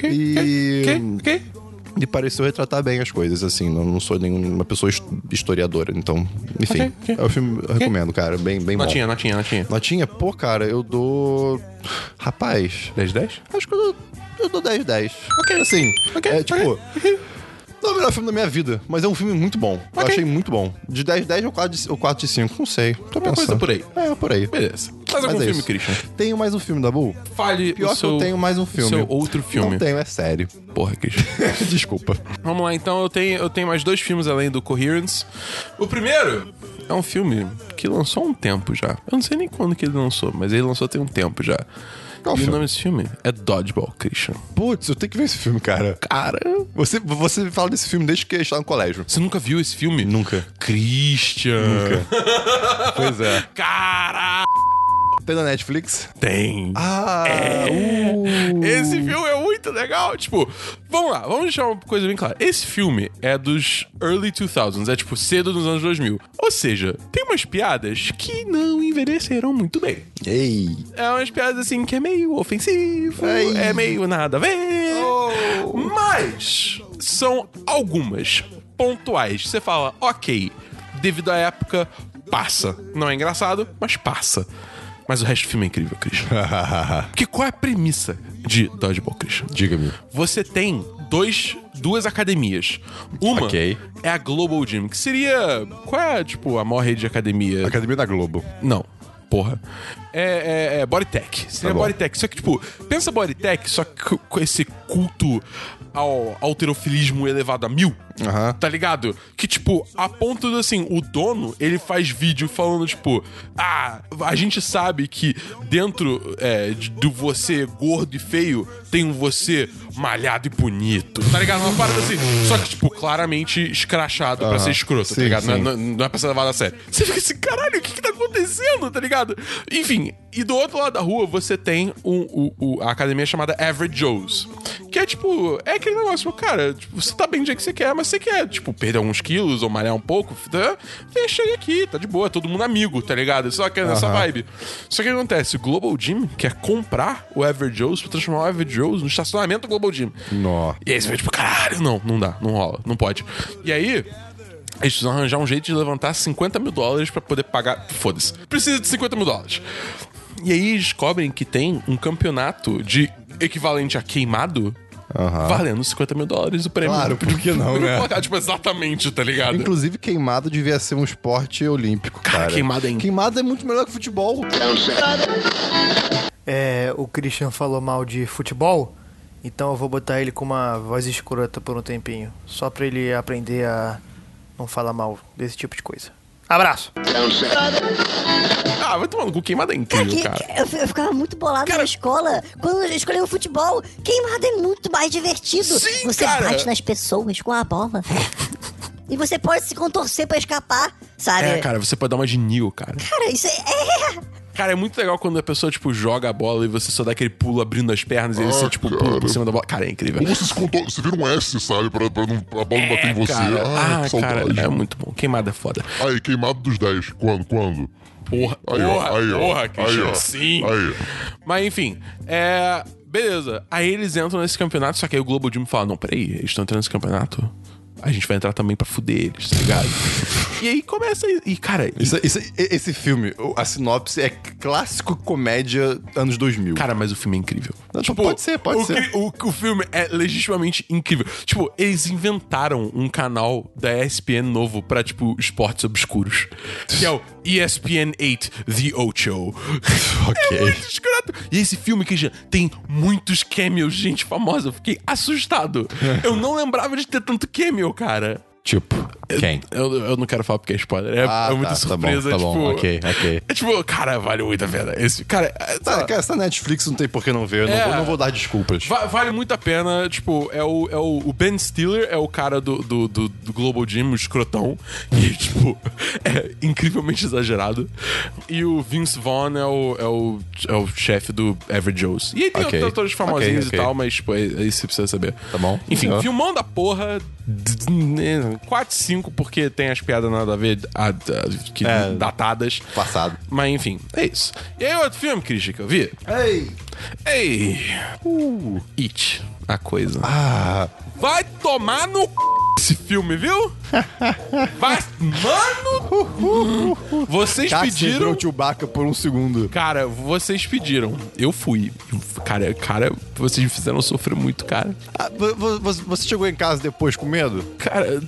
S2: e...
S1: Ok, ok.
S2: Me pareceu retratar bem as coisas, assim. Não, não sou nenhuma pessoa his- historiadora, então. Enfim,
S1: Ok, ok.
S2: é o filme eu recomendo, cara. Bem, bem
S1: Notinha,
S2: bom.
S1: notinha, notinha.
S2: Notinha? Pô, cara, eu dou. Rapaz,
S1: 10 10?
S2: acho que eu dou, eu dou 10 10. Ok. Assim,
S1: ok,
S2: é tipo.
S1: ok.
S2: Não é o melhor filme da minha vida, mas é um filme muito bom. Eu
S1: Ok.
S2: achei muito bom. De 10 10 ou 4 de, ou 4 de 5, não sei. Tô
S1: Uma coisa
S2: pensando.
S1: por aí.
S2: É, por aí.
S1: Beleza. Mais algum
S2: Mas é
S1: filme,
S2: isso.
S1: Christian?
S2: Tenho mais um filme, Dabu?
S1: Fale
S2: Pior
S1: o seu,
S2: que eu tenho mais um filme.
S1: o seu outro filme.
S2: Não tenho, é sério. [laughs]
S1: Porra, Christian.
S2: Desculpa.
S1: Vamos lá, então eu tenho, eu tenho mais dois filmes além do Coherence. O primeiro é um filme que lançou há um tempo já. Eu não sei nem quando que ele lançou, mas ele lançou tem um tempo já.
S2: Qual
S1: e
S2: filme?
S1: o nome desse filme é Dodgeball, Christian.
S2: Putz, eu tenho que ver esse filme, cara.
S1: Cara,
S2: Você, você fala desse filme desde que eu estava no colégio.
S1: você nunca viu esse filme?
S2: Nunca.
S1: Christian.
S2: Pois é.
S1: Cara,
S2: Tem na Netflix?
S1: tem. É.
S2: Ah,
S1: Esse filme é muito legal. Tipo, vamos lá, vamos deixar uma coisa bem clara. Esse filme é dos early 2000s, é tipo cedo dos anos 2000. Ou seja, tem umas piadas que não envelheceram muito bem.
S2: Ei.
S1: É umas piadas assim que é meio ofensivo,
S2: Ai. Oh.
S1: é meio nada a ver. Mas são algumas pontuais. Você fala, ok, devido à época, passa. Não é engraçado, mas passa. Mas o resto do filme é incrível,
S2: [laughs]
S1: Christian. Porque qual é a premissa de Dodgeball, Christian?
S2: Diga-me.
S1: Você tem dois, duas academias. Uma
S2: Ok.
S1: é a Global Gym, que seria. Qual é, tipo, a maior rede de academia?
S2: Academia da Globo.
S1: Não. Porra. É, é, é Bodytech. Seria
S2: Tá bom.
S1: Bodytech. Só que, tipo, pensa Bodytech, só que com esse culto ao alterofilismo elevado a mil.
S2: Aham.
S1: Tá ligado? Que, tipo, a ponto de, assim, o dono, ele faz vídeo falando, tipo, ah, a gente sabe que dentro é, de- do você gordo e feio, tem um você malhado e bonito. Tá ligado? Uma parada assim. Só que, tipo, claramente escrachado pra
S2: Aham.
S1: ser escroto, tá
S2: Sim,
S1: ligado? Não é-
S2: sim.
S1: não- não é pra ser levado a sério. Você fica assim, caralho, o que que tá acontecendo, tá ligado? Enfim, e do outro lado da rua você tem um, o- o- a academia chamada Average Joe's. Que é tipo, é aquele negócio, tipo, cara, tipo, você tá bem do jeito que você quer, mas você quer, tipo, perder alguns quilos ou malhar um pouco, tá? Vem, chega aqui, tá de boa, todo mundo amigo, tá ligado? Só que é nessa vibe. Só que o que acontece? O Global Gym quer comprar o Average Joe's pra transformar o Average Joe's no estacionamento do Global Gym.
S2: Nó.
S1: E aí você vai tipo, caralho, não, não dá, não rola, não pode. E aí, eles precisam arranjar um jeito de levantar 50 mil dólares pra poder pagar. Foda-se. Precisa de 50 mil dólares. E aí eles descobrem que tem um campeonato de equivalente a queimado. Valendo 50 mil dólares o prêmio.
S2: Claro, por que
S1: [laughs]
S2: não, né?
S1: Tipo, exatamente, tá ligado?
S2: Inclusive, queimado devia ser um esporte olímpico, cara.
S1: queimado é in-
S2: Queimado é muito melhor que futebol.
S8: É, o Christian falou mal de futebol, então eu vou botar ele com uma voz escrota por um tempinho, só pra ele aprender a não falar mal desse tipo de coisa. Abraço!
S1: Ah, vai tomar no cu, queimado é
S9: Cara,
S1: incrível,
S9: que,
S1: cara.
S9: que- eu, fi- eu ficava muito bolado
S1: Cara-
S9: na escola quando eu escolhi o futebol. Queimado é muito mais divertido.
S1: Sim,
S9: você
S1: cara.
S9: bate nas pessoas com a bola. [laughs] e você pode se contorcer pra escapar, sabe?
S1: É, cara, você pode dar uma de Neo, cara.
S9: Cara, isso é. é.
S1: Cara, é muito legal quando a pessoa, tipo, joga a bola e você só dá aquele pulo abrindo as pernas e aí você, tipo, pula por cima da bola. Cara, é incrível.
S10: Ou você se contou, você vira um S, sabe? Pra, pra, não, pra bola não bater em você.
S1: Cara,
S10: Ah,
S1: ah,
S10: que saudade.
S1: cara, é muito bom. Queimada é foda.
S10: Aí, queimado dos 10. Quando? Quando?
S1: Porra,
S10: Aí, ó,
S1: porra,
S10: aí, ó.
S1: porra,
S10: Aí,
S1: Christian,
S10: ó.
S1: sim.
S10: Aí.
S1: Mas enfim, é. Beleza. Aí eles entram nesse campeonato, só que aí o Globo Jim fala: Não, peraí, eles estão entrando nesse campeonato? A gente vai entrar também pra fuder eles, tá ligado? e aí começa. E, cara, e-
S2: Isso- isso- e- esse filme, o- a sinopse é clássico comédia anos 2000.
S1: Cara, mas o filme é incrível.
S2: Não, pode ser, pode
S1: o
S2: ser.
S1: cri- O, o filme é legitimamente incrível. Tipo, eles inventaram um canal da ESPN novo pra, tipo, esportes obscuros. Que é o ESPN 8 The Ocho.
S2: [laughs] Ok.
S1: É muito escroto. E esse filme, que já tem muitos cameos de gente famosa. Eu fiquei
S2: [laughs]
S1: assustado. Eu não lembrava de ter tanto cameo, cara.
S2: tipo, quem?
S1: Eu, eu não quero falar porque é spoiler. É,
S2: Ah,
S1: é muita
S2: tá, tá bom,
S1: surpresa.
S2: tá bom,
S1: tipo,
S2: ok, ok.
S1: É tipo, cara, vale muito a pena. Esse, cara, é, sei lá.
S2: Tá, cara, essa Netflix não tem por que não ver, eu não,
S1: É.
S2: vou, não vou dar desculpas.
S1: Va- vale muito a pena, tipo, é o, é o, o Ben Stiller é o cara do, do, do- do Global Gym, o escrotão, [laughs] e, tipo, é incrivelmente exagerado. E o Vince Vaughn é o, é o, é o chefe do Average Joe's. E aí tem
S2: Ok.
S1: outros atores famosinhos
S2: Ok, ok.
S1: e tal, mas, tipo, é- é isso que precisa saber.
S2: Tá bom.
S1: Enfim,
S2: Tá.
S1: filmão da porra, 4, 5, porque tem as piadas nada a ver, a- a- que,
S2: É.
S1: datadas.
S2: Passado.
S1: Mas, enfim, é isso. E aí, outro filme, Christian, que eu vi?
S2: Ei!
S1: Ei! uh, It, a coisa.
S2: Ah,
S1: Vai tomar no c... esse filme,
S2: [laughs]
S1: viu? Vai, mano! Vocês
S2: Cássio
S1: pediram.
S2: entrou o Chewbacca por um segundo.
S1: Cara, vocês pediram. Eu fui. Cara, cara, vocês me fizeram sofrer muito, cara.
S2: Ah, vo- vo- vo- você chegou em casa depois com medo?
S1: Cara,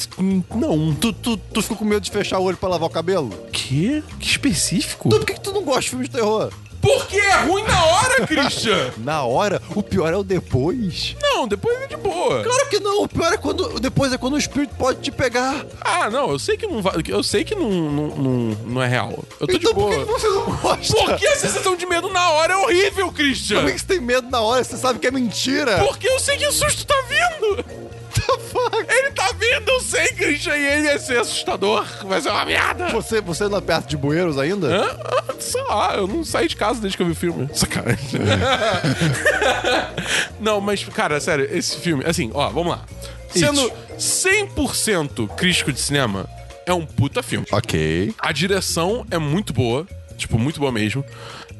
S1: não.
S2: Tu, tu, tu ficou com medo de fechar o olho pra lavar o cabelo?
S1: Que? Que específico?
S2: Tu, por que, que tu não gosta de filme de terror?
S1: Porque é ruim na
S2: [laughs]
S1: hora, Christian.
S2: Na hora, o pior é o depois.
S1: Não, depois é de boa.
S2: Claro que não, o pior é quando. o Depois é quando o espírito pode te pegar.
S1: Ah, não, eu sei que não vai, eu sei que não, não, não, não é real. Eu tô de
S2: então por que
S1: boa.
S2: que você não gosta?
S1: Porque a sensação de medo na hora é horrível, Christian.
S2: Por que você tem medo na hora? Você sabe que é mentira.
S1: Porque eu sei que o susto tá vindo. Ele tá vindo, eu sei, Christian, e ele ia ser assustador. Vai ser uma merda.
S2: Você, você não é perto de bueiros ainda?
S1: Hã? Ah, Sei lá, eu não saí de casa desde que eu vi o filme. [laughs] Sacanagem. não, mas, cara, sério, esse filme, assim, ó, vamos lá. Sendo 100% crítico de cinema, é um puta filme.
S2: Ok.
S1: A direção é muito boa, tipo, muito boa mesmo.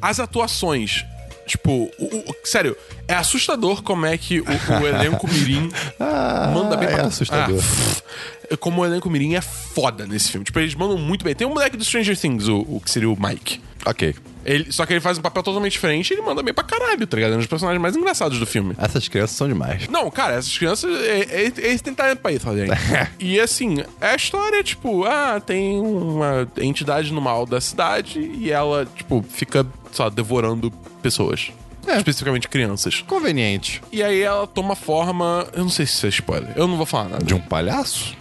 S1: As atuações, tipo, o- o- sério, é assustador como é que o, o elenco mirim [laughs]
S2: Ah,
S1: manda bem
S2: é
S1: pra...
S2: assustador.
S1: Ah, como o elenco mirim é foda nesse filme. Tipo, eles mandam muito bem. Tem um moleque do Stranger Things, o, o que seria o Mike.
S2: Ok.
S1: Ele- só que ele faz um papel totalmente diferente e ele manda bem pra caralho, tá ligado? É um dos personagens mais engraçados do filme.
S2: Essas crianças são demais.
S1: Não, cara, essas crianças, é- é- eles têm talento pra isso, gente.
S2: [laughs]
S1: e assim, é a história, tipo, ah, tem uma entidade no mal da cidade e ela, tipo, fica, só devorando pessoas.
S2: É.
S1: Especificamente crianças.
S2: Conveniente.
S1: E aí ela toma forma. Eu não sei se isso é spoiler. Eu não vou falar nada.
S2: De um palhaço?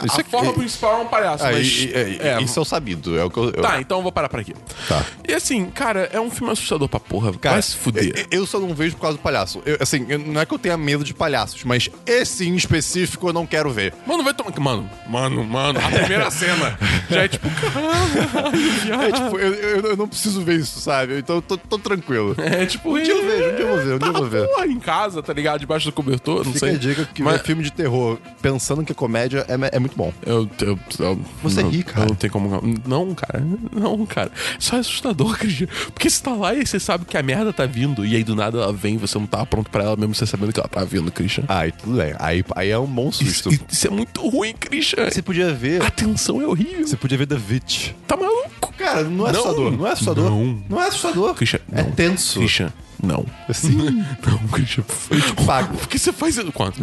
S1: a forma
S2: é,
S1: principal é um palhaço,
S2: Ah,
S1: mas.
S2: e- e-
S1: é,
S2: Isso é o sabido. É o que eu, eu-
S1: Tá, então eu vou parar por aqui.
S2: Tá.
S1: E assim, cara, é um filme assustador pra porra.
S2: Cara,
S1: Vai se fuder.
S2: eu- Eu só não vejo por causa do palhaço. Eu, assim, eu- não é que eu tenha medo de palhaços, mas esse em específico eu não quero ver.
S1: Mano, vai tomar. Mano, mano, mano, a
S2: [laughs]
S1: primeira cena já é tipo,
S2: É, tipo, eu, eu- eu não preciso ver isso, sabe? Então eu tô, tô tranquilo.
S1: É tipo,
S2: Um dia eu vejo, um dia eu vou ver, um dia eu vou ver.
S1: Porra, em casa, tá ligado? Debaixo do cobertor, não
S2: Fica
S1: sei.
S2: a dica que
S1: Mas
S2: ver filme de terror pensando que é comédia é, me- é muito bom.
S1: Eu, eu, eu-
S2: Você
S1: não,
S2: ri, cara.
S1: Eu não tenho como. Não, cara. Não, cara. Só é assustador, [laughs] Cris. Porque você tá lá e você sabe que a merda tá vindo. E aí do nada ela vem, você não tá pronto pra ela mesmo você sabendo que ela tá vindo, Christian.
S2: Aí tudo bem. Aí, aí é um bom
S1: Isso,
S2: susto.
S1: isso é muito ruim, Christian.
S2: Você podia ver.
S1: A tensão é horrível.
S2: Você podia ver The Witch.
S1: Tá maluco?
S2: Cara, não é
S1: Não.
S2: assustador. Não é assustador.
S1: Não.
S2: é assustador.
S1: Christian,
S2: é
S1: não. assim,
S2: tenso.
S1: Christian, não.
S2: [laughs] Sim.
S1: [laughs] Não, Christian. Eu te
S2: pago.
S1: Por que você faz isso? Quanto?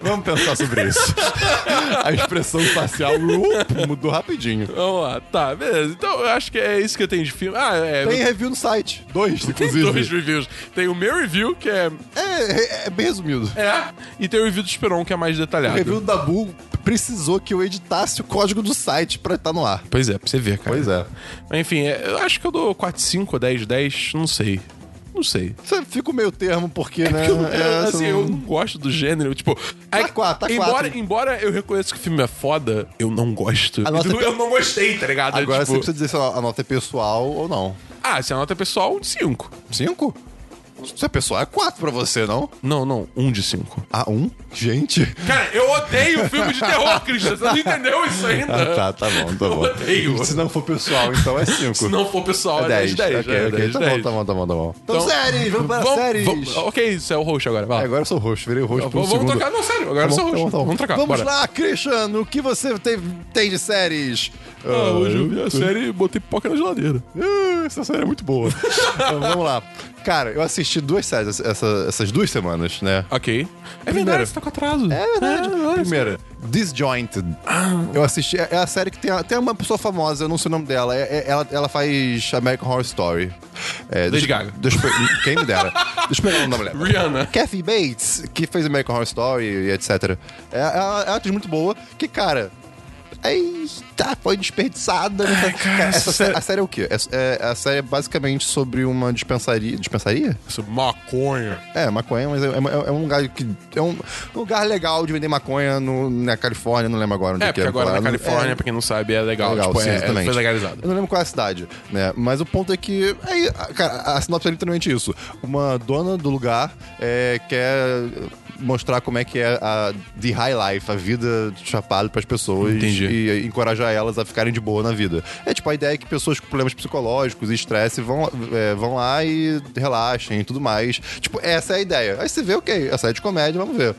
S2: Vamos pensar sobre [laughs] isso. a expressão facial up, mudou rapidinho.
S1: [laughs] Vamos lá, tá, beleza. Então eu acho que é isso que eu tenho de filme. Ah, é.
S2: Tem review no site. Dois,
S1: Tem
S2: inclusive.
S1: dois reviews. Tem o meu review, que é.
S2: É, é- é bem resumido.
S1: É. E tem o review do Esperon, que é mais
S2: O
S1: detalhado.
S2: review do Dabu precisou que eu editasse o código do site pra estar no ar.
S1: Pois é, pra você ver, cara.
S2: Pois é.
S1: Mas, enfim, é, eu acho que eu dou 4, 5, 10, 10, não sei. Não sei.
S2: Você fica o meio termo, porque, né?
S1: Porque eu, eu,
S2: é,
S1: assim,
S2: você
S1: eu
S2: não-
S1: não gosto do gênero. Tipo, é-
S2: quatro, tá
S1: embora,
S2: quatro.
S1: embora eu reconheça que o filme é foda, eu não gosto.
S2: A nota
S1: eu,
S2: é-
S1: não gostei, tá ligado? É
S2: Agora
S1: tipo,
S2: você precisa dizer se a nota é pessoal ou não.
S1: Ah, se a nota é pessoal, um de 5.
S2: Cinco? Se é pessoal, é quatro pra você, não?
S1: Não, não, um de 5.
S2: Ah, um? Gente.
S1: Cara, eu odeio um filme de terror, Christian. Você não entendeu isso ainda?
S2: [laughs] Ah, tá, tá bom, tá
S1: Eu
S2: bom.
S1: odeio.
S2: Se não for pessoal, então é cinco.
S1: Se não for pessoal,
S2: é
S1: é
S2: 10.
S1: 10, 10.
S2: ok,
S1: é
S2: ok.
S1: 10,
S2: tá
S1: 10.
S2: bom, tá bom, tá bom, tá bom. Então, séries, vamos para
S1: vamos-
S2: séries.
S1: vamos- ok, isso é o roxo agora, vai lá.
S2: É, Agora eu sou roxo, virei roxo por um
S1: vamos vamos
S2: segundo.
S1: trocar, não, sério, agora
S2: Tá
S1: eu
S2: bom,
S1: sou
S2: tá
S1: roxo.
S2: bom, tá bom.
S1: Vamos trocar,
S2: Vamos
S1: bora.
S2: lá, Christian, o que você tem, tem de séries?
S1: Ah, hoje eu vi
S2: Ah,
S1: a série e botei pipoca na geladeira.
S2: ah, Essa série é muito boa. [laughs] Então, vamos lá. Cara, eu assisti duas séries essa- essas duas semanas, né?
S1: Ok. É
S2: Primeira.
S1: verdade, você tá com atraso.
S2: É verdade.
S1: agora-
S2: Primeira, Disjointed. Eu assisti. É é a série que tem, a- tem uma pessoa famosa, eu não sei o nome dela. é- é- ela, ela faz American Horror Story. É,
S1: Lady
S2: deixa-
S1: Gaga.
S2: deixa eu pe- quem me dera. Deixa eu pegar o nome da mulher.
S1: Rihanna.
S2: Kathy Bates, que fez American Horror Story e etc. É, é, é uma atriz muito boa, que, cara. Eita, foi desperdiçada. Não foi-
S1: cara,
S2: Cara, essa
S1: essa
S2: sé-
S1: série-
S2: a série é o quê? Essa- é- a série é basicamente sobre uma dispensaria. Dispensaria?
S1: Isso, maconha.
S2: É, maconha, mas é, é- é um lugar que. É um, um lugar legal de vender maconha no- na Califórnia, não lembro agora onde
S1: É,
S2: que
S1: porque agora
S2: lá,
S1: na
S2: não-
S1: Califórnia,
S2: é,
S1: pra quem não sabe, é legal.
S2: legal,
S1: tipo,
S2: sim,
S1: é,
S2: exatamente.
S1: foi legalizado.
S2: Eu não lembro qual é a cidade, né? Mas o ponto é que. Aí, a- cara, a sinopse é literalmente isso. Uma dona do lugar é, quer mostrar como é que é a The High Life, a vida de chapado pras pessoas
S1: Entendi.
S2: e encorajar elas a ficarem de boa na vida. É tipo a ideia é que pessoas com problemas psicológicos e estresse vão, é, vão lá e relaxem e tudo mais. Tipo, essa é a ideia. Aí você vê, ok, essa é de comédia, vamos ver.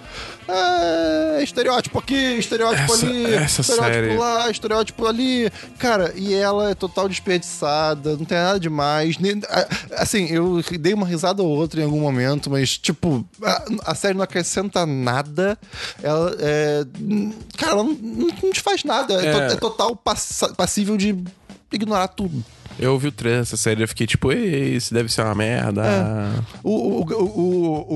S2: É, estereótipo aqui, estereótipo
S1: Essa-
S2: ali,
S1: essa
S2: estereótipo
S1: série-
S2: Tipo, lá lá, estereótipo ali. Cara, e ela é total desperdiçada, não tem nada demais. nem- a- Assim, eu dei uma risada ou outra em algum momento, mas, tipo, a, a série não acrescenta nada. Ela é. Cara, ela não, não te faz nada. É, to-
S1: É.
S2: é total passa- passível de. ignorar tudo.
S1: Eu ouvi o trailer dessa série e fiquei tipo, ei, isso deve ser uma merda.
S2: É. O, o,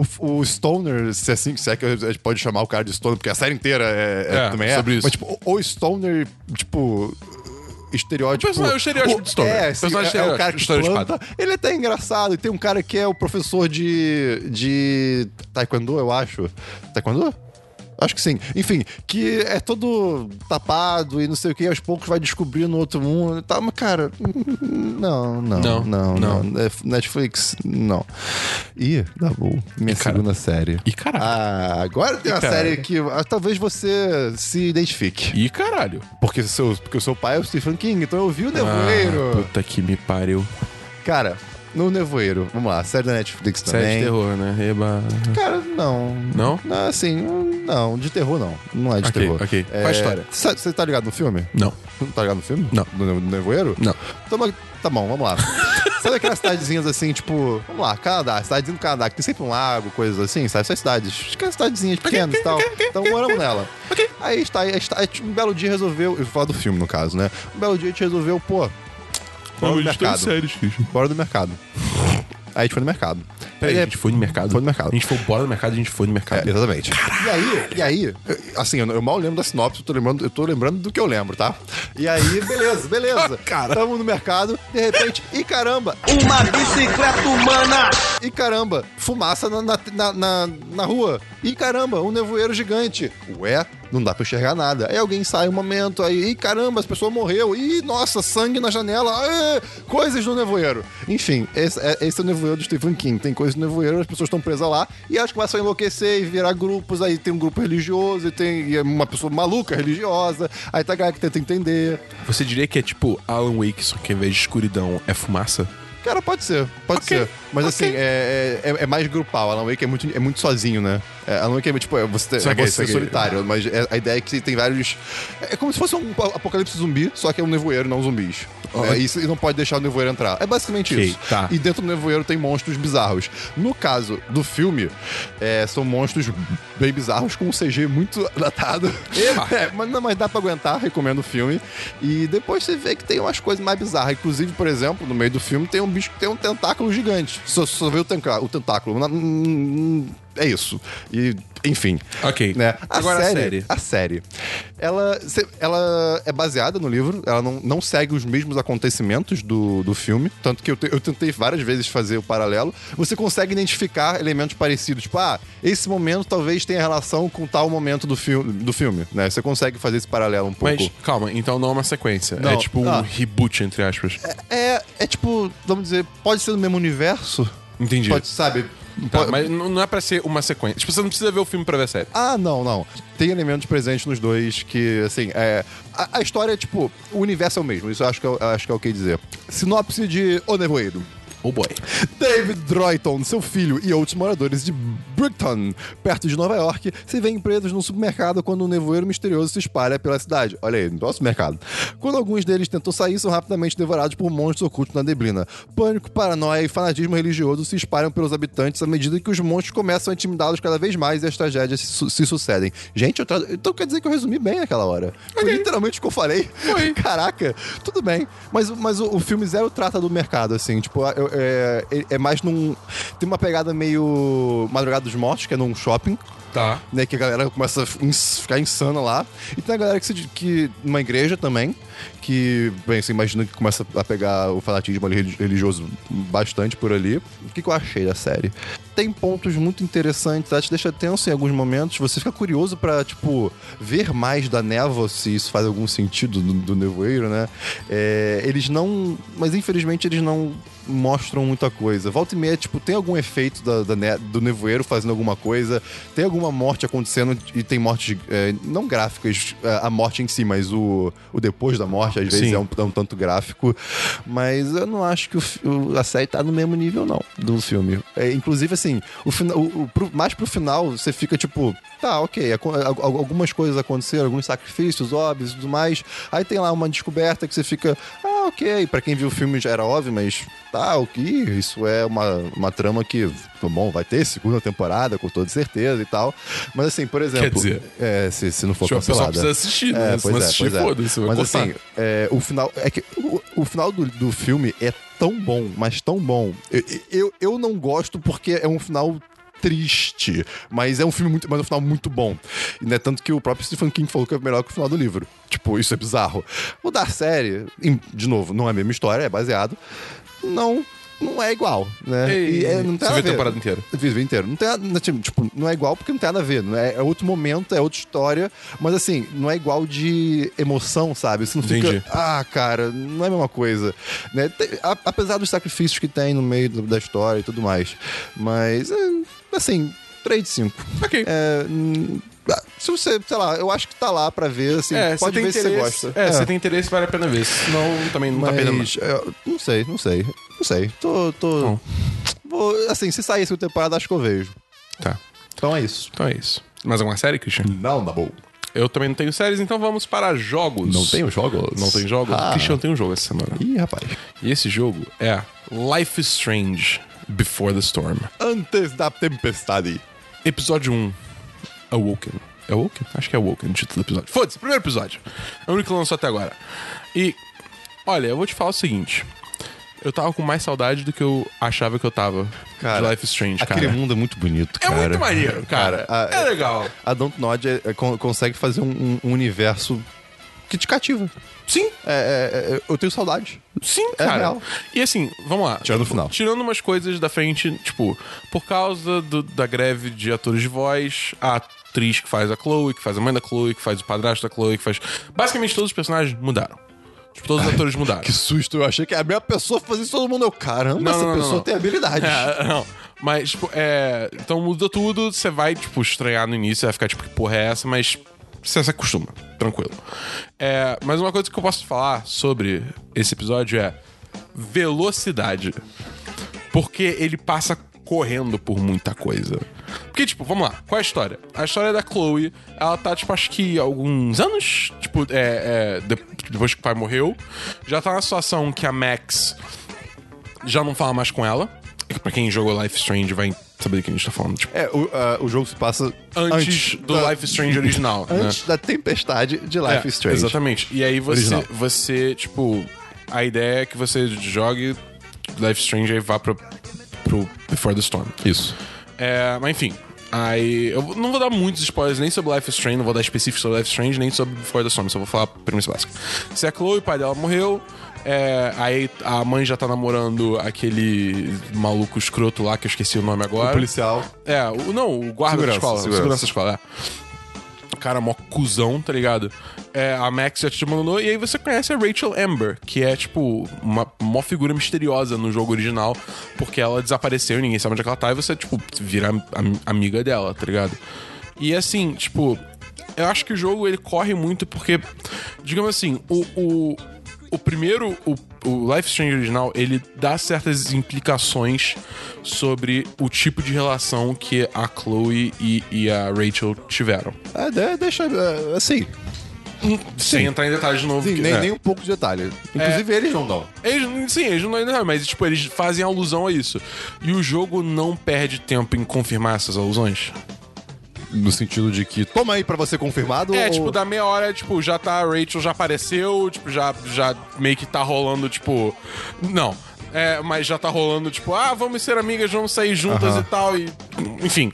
S2: o, o, o Stoner, se assim se é que a gente pode chamar o cara de Stoner, porque a série inteira é, é-
S1: É,
S2: também é.
S1: sobre isso.
S2: Mas, tipo, o o Stoner, tipo. Estereótipo.
S1: O personagem- o estereótipo de Stoner.
S2: É, assim,
S1: Personagem
S2: é, é o cara que
S1: estereotipado.
S2: planta. Ele é até engraçado. E tem um cara que é o professor de. de. Taekwondo, eu acho. Taekwondo? Acho que sim. Enfim, que é todo tapado e não sei o que, aos poucos vai descobrindo outro mundo e tal. Mas, cara, não, não. Não, não, não. Nef- Netflix, não. E, Dabu, minha segunda série. E
S1: caralho.
S2: Ah, agora tem
S1: Ih,
S2: uma
S1: caralho.
S2: série que ah, talvez você se identifique.
S1: E caralho.
S2: Porque, seu, porque o seu pai é o Stephen King, então eu vi o
S1: Ah,
S2: Nevoeiro.
S1: puta que me pariu.
S2: Cara, no Nevoeiro, vamos lá, série da Netflix também.
S1: Série de terror, né? Eba.
S2: Cara, não.
S1: Não?
S2: Não, assim, não, de terror não. Não é de
S1: Ok,
S2: terror.
S1: ok.
S2: É,
S1: Qual a história?
S2: Você tá ligado no filme?
S1: Não.
S2: Tá ligado no filme?
S1: Não.
S2: Do, Ne- do Nevoeiro?
S1: Não.
S2: Então, mas- tá
S1: [laughs]
S2: bom, vamos lá. sabe aquelas cidadezinhas assim, tipo, vamos lá, Canadá, cidadezinha do Canadá, que tem sempre um lago, coisas assim, sabe? Essas cidades, aquelas cidadezinhas pequenas e tal. Então moramos nela. Aí está, aí está, aí um belo dia resolveu, eu vou falar do filme no caso, né? Um belo dia a gente resolveu, pô, bora no mercado. Bora do mercado. Aí a gente foi no mercado.
S1: Peraí,
S2: Aí,
S1: É, a gente foi no mercado. Foi no
S2: é mercado.
S1: A gente foi embora do mercado, a gente foi no mercado.
S2: É, exatamente. E aí, e aí, eu- assim, eu, eu mal lembro da sinopse, eu tô lembrando, eu tô lembrando do que eu lembro, tá? E aí, beleza, beleza. Cara. Tamo no mercado, de repente, e caramba! Uma bicicleta humana! E caramba, fumaça na, na, na, na- na rua. E caramba, um nevoeiro gigante. Ué, não dá pra enxergar nada. Aí alguém sai um momento, aí, e caramba, as pessoas morreu. Ih, nossa, sangue na janela. Ah, coisas do nevoeiro. Enfim, esse é, esse é o nevoeiro do Stephen King. Tem coisas do nevoeiro, as pessoas estão presas lá e elas começam a enlouquecer e virar grupos. Aí tem um grupo religioso e tem e é uma pessoa maluca religiosa. Aí tá a galera que tenta entender.
S1: Você diria que é tipo Alan Wake, só que ao invés de escuridão é fumaça?
S2: Cara, pode ser, pode ser. Mas assim, é, é, é- é mais grupal. Alan Wake é muito, é muito sozinho, né? É, Alan Wake é tipo, é você, é
S1: Saquei,
S2: você
S1: saquei.
S2: solitário, mas é- a ideia é que tem vários. É como se fosse um ap- apocalipse zumbi, só que é um nevoeiro, não zumbis. É, isso, e não pode deixar o nevoeiro entrar. É basicamente
S1: Ok,
S2: isso.
S1: tá.
S2: E dentro do nevoeiro tem monstros bizarros. No caso do filme, é, são monstros bem bizarros, com um CG muito datado. [laughs] É, mas, não, mas dá pra aguentar, recomendo o filme. E depois você vê que tem umas coisas mais bizarras. Inclusive, por exemplo, no meio do filme tem um bicho que tem um tentáculo gigante. Só, só vê o, tenca- o tentáculo. Na- hum, É isso. E, enfim.
S1: Ok.
S2: Né? A
S1: Agora a
S2: série,
S1: série.
S2: a série. Ela, se- ela é baseada no livro, ela não, não segue os mesmos acontecimentos do, do filme. Tanto que eu, te- eu tentei várias vezes fazer o paralelo. Você consegue identificar elementos parecidos. Tipo, ah, esse momento talvez tenha relação com tal momento do filme, do filme né? Você consegue fazer esse paralelo um pouco.
S1: Mas, calma, então não é uma sequência.
S2: Não.
S1: É tipo um
S2: Ah.
S1: reboot, entre aspas.
S2: É, é tipo, vamos dizer, pode ser no mesmo universo?
S1: Entendi.
S2: Pode, sabe?
S1: Tá,
S2: pode-
S1: Mas não não é pra ser uma sequência. Tipo, você não precisa ver o filme pra ver a série.
S2: Ah, não, não. Tem elementos presentes nos dois que, assim, é. A, a história é tipo, o universo é o mesmo, isso eu acho que, eu, acho que é o que dizer. Sinopse de O Nevoeiro.
S1: Oh boy.
S2: David Droyton, seu filho e outros moradores de Brickton, perto de Nova York, se veem presos num supermercado quando um nevoeiro misterioso se espalha pela cidade. Olha aí, nosso mercado. Quando alguns deles tentam sair, são rapidamente devorados por monstros ocultos na neblina. Pânico, paranoia e fanatismo religioso se espalham pelos habitantes à medida que os monstros começam a intimidá-los cada vez mais e as tragédias se, su- se sucedem. Gente, eu tra... então quer dizer que eu resumi bem aquela hora. Foi literalmente o que eu falei. [laughs] Caraca, tudo bem. Mas, mas o, o filme zero trata do mercado, assim. Tipo, eu- é, é- é mais num. Tem uma pegada meio Madrugada dos Mortos, que é num shopping.
S1: Tá.
S2: Né, que a galera começa a f- ins- ficar insana lá. E tem a galera que, se, di- que uma igreja também, que, bem, você imagina que começa a pegar o fanatismo ali religi- religioso bastante por ali. O que, que eu achei da série? Tem pontos muito interessantes, ela te deixa tenso em alguns momentos, você fica curioso pra, tipo, ver mais da névoa, se isso faz algum sentido do, do nevoeiro, né? É, eles não. Mas infelizmente eles não mostram muita coisa. Volta e meia, tipo, tem algum efeito da, da ne- do nevoeiro fazendo alguma coisa, tem alguma morte acontecendo e tem mortes, é, não gráficas, é, a morte em si, mas o, o depois da morte, às vezes,
S1: Sim.
S2: é um, é um tanto gráfico. Mas eu não acho que o fi- o- a série tá no mesmo nível, não, do filme. É, inclusive, assim, o fina- o- o pro- mais pro final, você fica tipo, tá, ok, aco- al- al- algumas coisas aconteceram, alguns sacrifícios óbvios e tudo mais. Aí tem lá uma descoberta que você fica, ah, ah, ok. Pra quem viu o filme já era óbvio, mas tá, ok. Isso é uma, uma trama que, bom, vai ter segunda temporada, com toda certeza e tal. Mas assim, por exemplo.
S1: dizer,
S2: é, se, se não for
S1: tipo, a pessoa
S2: cancelada. É,
S1: precisa assistir, né? Se
S2: pois
S1: não assistir,
S2: pois
S1: foda-se, vai
S2: Mas
S1: cortar.
S2: assim, é, o final. É que o, o final do, do filme é tão bom, mas tão bom. Eu, eu, eu não gosto porque é um final triste, mas é um filme muito, mas é um final muito bom. E não é tanto que o próprio Stephen King falou que é melhor que o final do livro. Tipo, isso é bizarro. O da série, em- de novo, não é a mesma história, é baseado. Não, não é igual, né?
S1: Ei,
S2: e é, não tem
S1: você viu
S2: nada
S1: a
S2: a ver.
S1: temporada inteira?
S2: Eu Vivo inteiro. Não tem nada, não, tipo, tipo, não é igual porque não tem nada a ver. Não é, é outro momento, é outra história. Mas assim, não é igual de emoção, sabe? Você não fica.
S1: Entendi.
S2: Ah, cara, não é a mesma coisa. Né? Tem- a- apesar dos sacrifícios que tem no meio do- da história e tudo mais. Mas, é, assim, 3 de 5.
S11: Ok.
S2: se você, sei lá, eu acho que tá lá pra ver, assim,
S1: É,
S2: pode
S1: você tem
S2: ver se você
S1: interesse.
S2: gosta.
S1: É, você tem interesse, vale a pena ver. Senão também não tá perdendo mais.
S2: Mas, eu não sei, não sei. Não sei. Tô. tô... Vou- assim, se sair essa temporada, acho que eu vejo.
S1: Tá.
S2: Então é isso.
S1: Então é isso. Mais alguma série, Christian?
S2: Não, tá bom.
S1: Eu também não tenho séries, então vamos para jogos.
S2: Não tenho jogos?
S1: Não tem jogos?
S2: Ah.
S1: Christian tem um jogo essa semana.
S2: Ih, rapaz.
S1: E esse jogo é Life is Strange Before the Storm.
S2: Antes da tempestade.
S1: Episódio 1. Awoken. É Awoken? Acho que é Awoken o título do episódio. Foda-se, primeiro episódio. É o único que lançou até agora. E, olha, eu vou te falar o seguinte. Eu tava com mais saudade do que eu achava que eu tava de Life is Strange,
S2: aquele
S1: cara.
S2: mundo é muito bonito,
S1: É
S2: cara.
S1: muito maneiro, cara.
S2: Cara, ah, a-
S1: é legal.
S2: A Dontnod é, é, con- consegue fazer um, um universo que te cativa.
S1: Sim,
S2: É, é, é, eu tenho saudade.
S1: Sim,
S2: É
S1: cara.
S2: real.
S1: E assim, vamos lá.
S2: Tirando o final.
S1: Tirando umas coisas da frente, tipo, por causa do- da greve de atores de voz, a atriz que faz a Chloe, que faz a mãe da Chloe, que faz o padrasto da Chloe, que faz. Basicamente todos os personagens mudaram. Tipo, todos
S2: [laughs]
S1: os atores mudaram.
S2: Que susto, eu achei que a minha pessoa fazia isso todo mundo. Eu, caramba,
S1: Não,
S2: essa
S1: não, não,
S2: pessoa
S1: não.
S2: tem habilidade.
S1: É, não. Mas, tipo, é. Então muda tudo, você vai, tipo, estranhar no início, vai ficar, tipo, que porra é essa, mas você se acostuma, tranquilo. É, mas uma coisa que eu posso falar sobre esse episódio é velocidade. Porque ele passa correndo por muita coisa. Porque, tipo, vamos lá, qual é a história? A história da Chloe, ela tá, tipo, acho que alguns anos, tipo, é, é, de- depois que o pai morreu, já tá na situação que a Max já não fala mais com ela. É Pra quem jogou Life is Strange vai saber do que a gente tá falando. Tipo,
S2: É, o, ah, o jogo se passa
S1: antes, do
S2: da-
S1: Life is Strange original. né?
S2: Antes da tempestade de Life
S1: É,
S2: is Strange. Um
S1: Exatamente. E aí você,
S2: Original.
S1: você, tipo, a ideia é que você jogue Life is Strange e vá pro, pro Before the Storm.
S2: Isso.
S1: É, mas enfim. Aí. Eu não vou dar muitos spoilers nem sobre Life is Strange, não vou dar específicos sobre Life is Strange, nem sobre Before the Storm, só vou falar a premissa básica. Se a Chloe, o pai dela, morreu. é, aí a mãe já tá namorando aquele maluco escroto lá, que eu esqueci o nome agora.
S2: O policial.
S1: É, o, não, o guarda da
S2: Segurança,
S1: escola.
S2: segurança.
S1: Segurança, da escola, é. Cara, mó cuzão, tá ligado? É, a Max já te mandou. E aí você conhece a Rachel Amber, que é, tipo, uma mó figura misteriosa no jogo original, porque ela desapareceu, ninguém sabe onde é que ela tá, e você, tipo, vira am- am- amiga dela, tá ligado? E assim, tipo, eu acho que o jogo ele corre muito porque, digamos assim, o, o, o primeiro, o, o Life is Strange original, ele dá certas implicações sobre o tipo de relação que a Chloe e, e a Rachel tiveram.
S2: Ah, de- deixa. ah, assim.
S1: Sem entrar em detalhes de novo.
S2: Sim,
S1: que-
S2: nem,
S1: é.
S2: nem um pouco de detalhe. Inclusive, eles não dão.
S1: Eles, sim, eles não ainda, mas tipo, eles fazem alusão a isso. E o jogo não perde tempo em confirmar essas alusões.
S2: No sentido de que. Toma aí pra você confirmado.
S1: É,
S2: ou-
S1: tipo, da meia hora, tipo, já tá, a Rachel já apareceu, tipo, já, já meio que tá rolando, tipo. Não. É, mas já tá rolando, tipo, ah, vamos ser amigas, vamos sair juntas e tal, e. Enfim.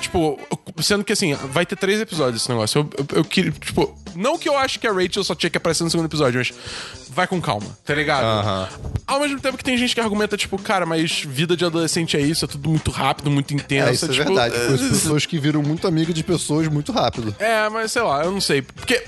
S1: Tipo, sendo que assim, vai ter três episódios esse negócio. Eu, eu, eu queria, tipo, não que eu acho que a Rachel só tinha que aparecer no segundo episódio, mas vai com calma, tá ligado? Ao mesmo tempo que tem gente que argumenta, tipo, cara, mas vida de adolescente é isso, é tudo muito rápido, muito intenso.
S2: É, isso é
S1: tipo,
S2: verdade. Foi as pessoas que viram muito amigo de pessoas muito rápido.
S1: é, mas sei lá, eu não sei. Porque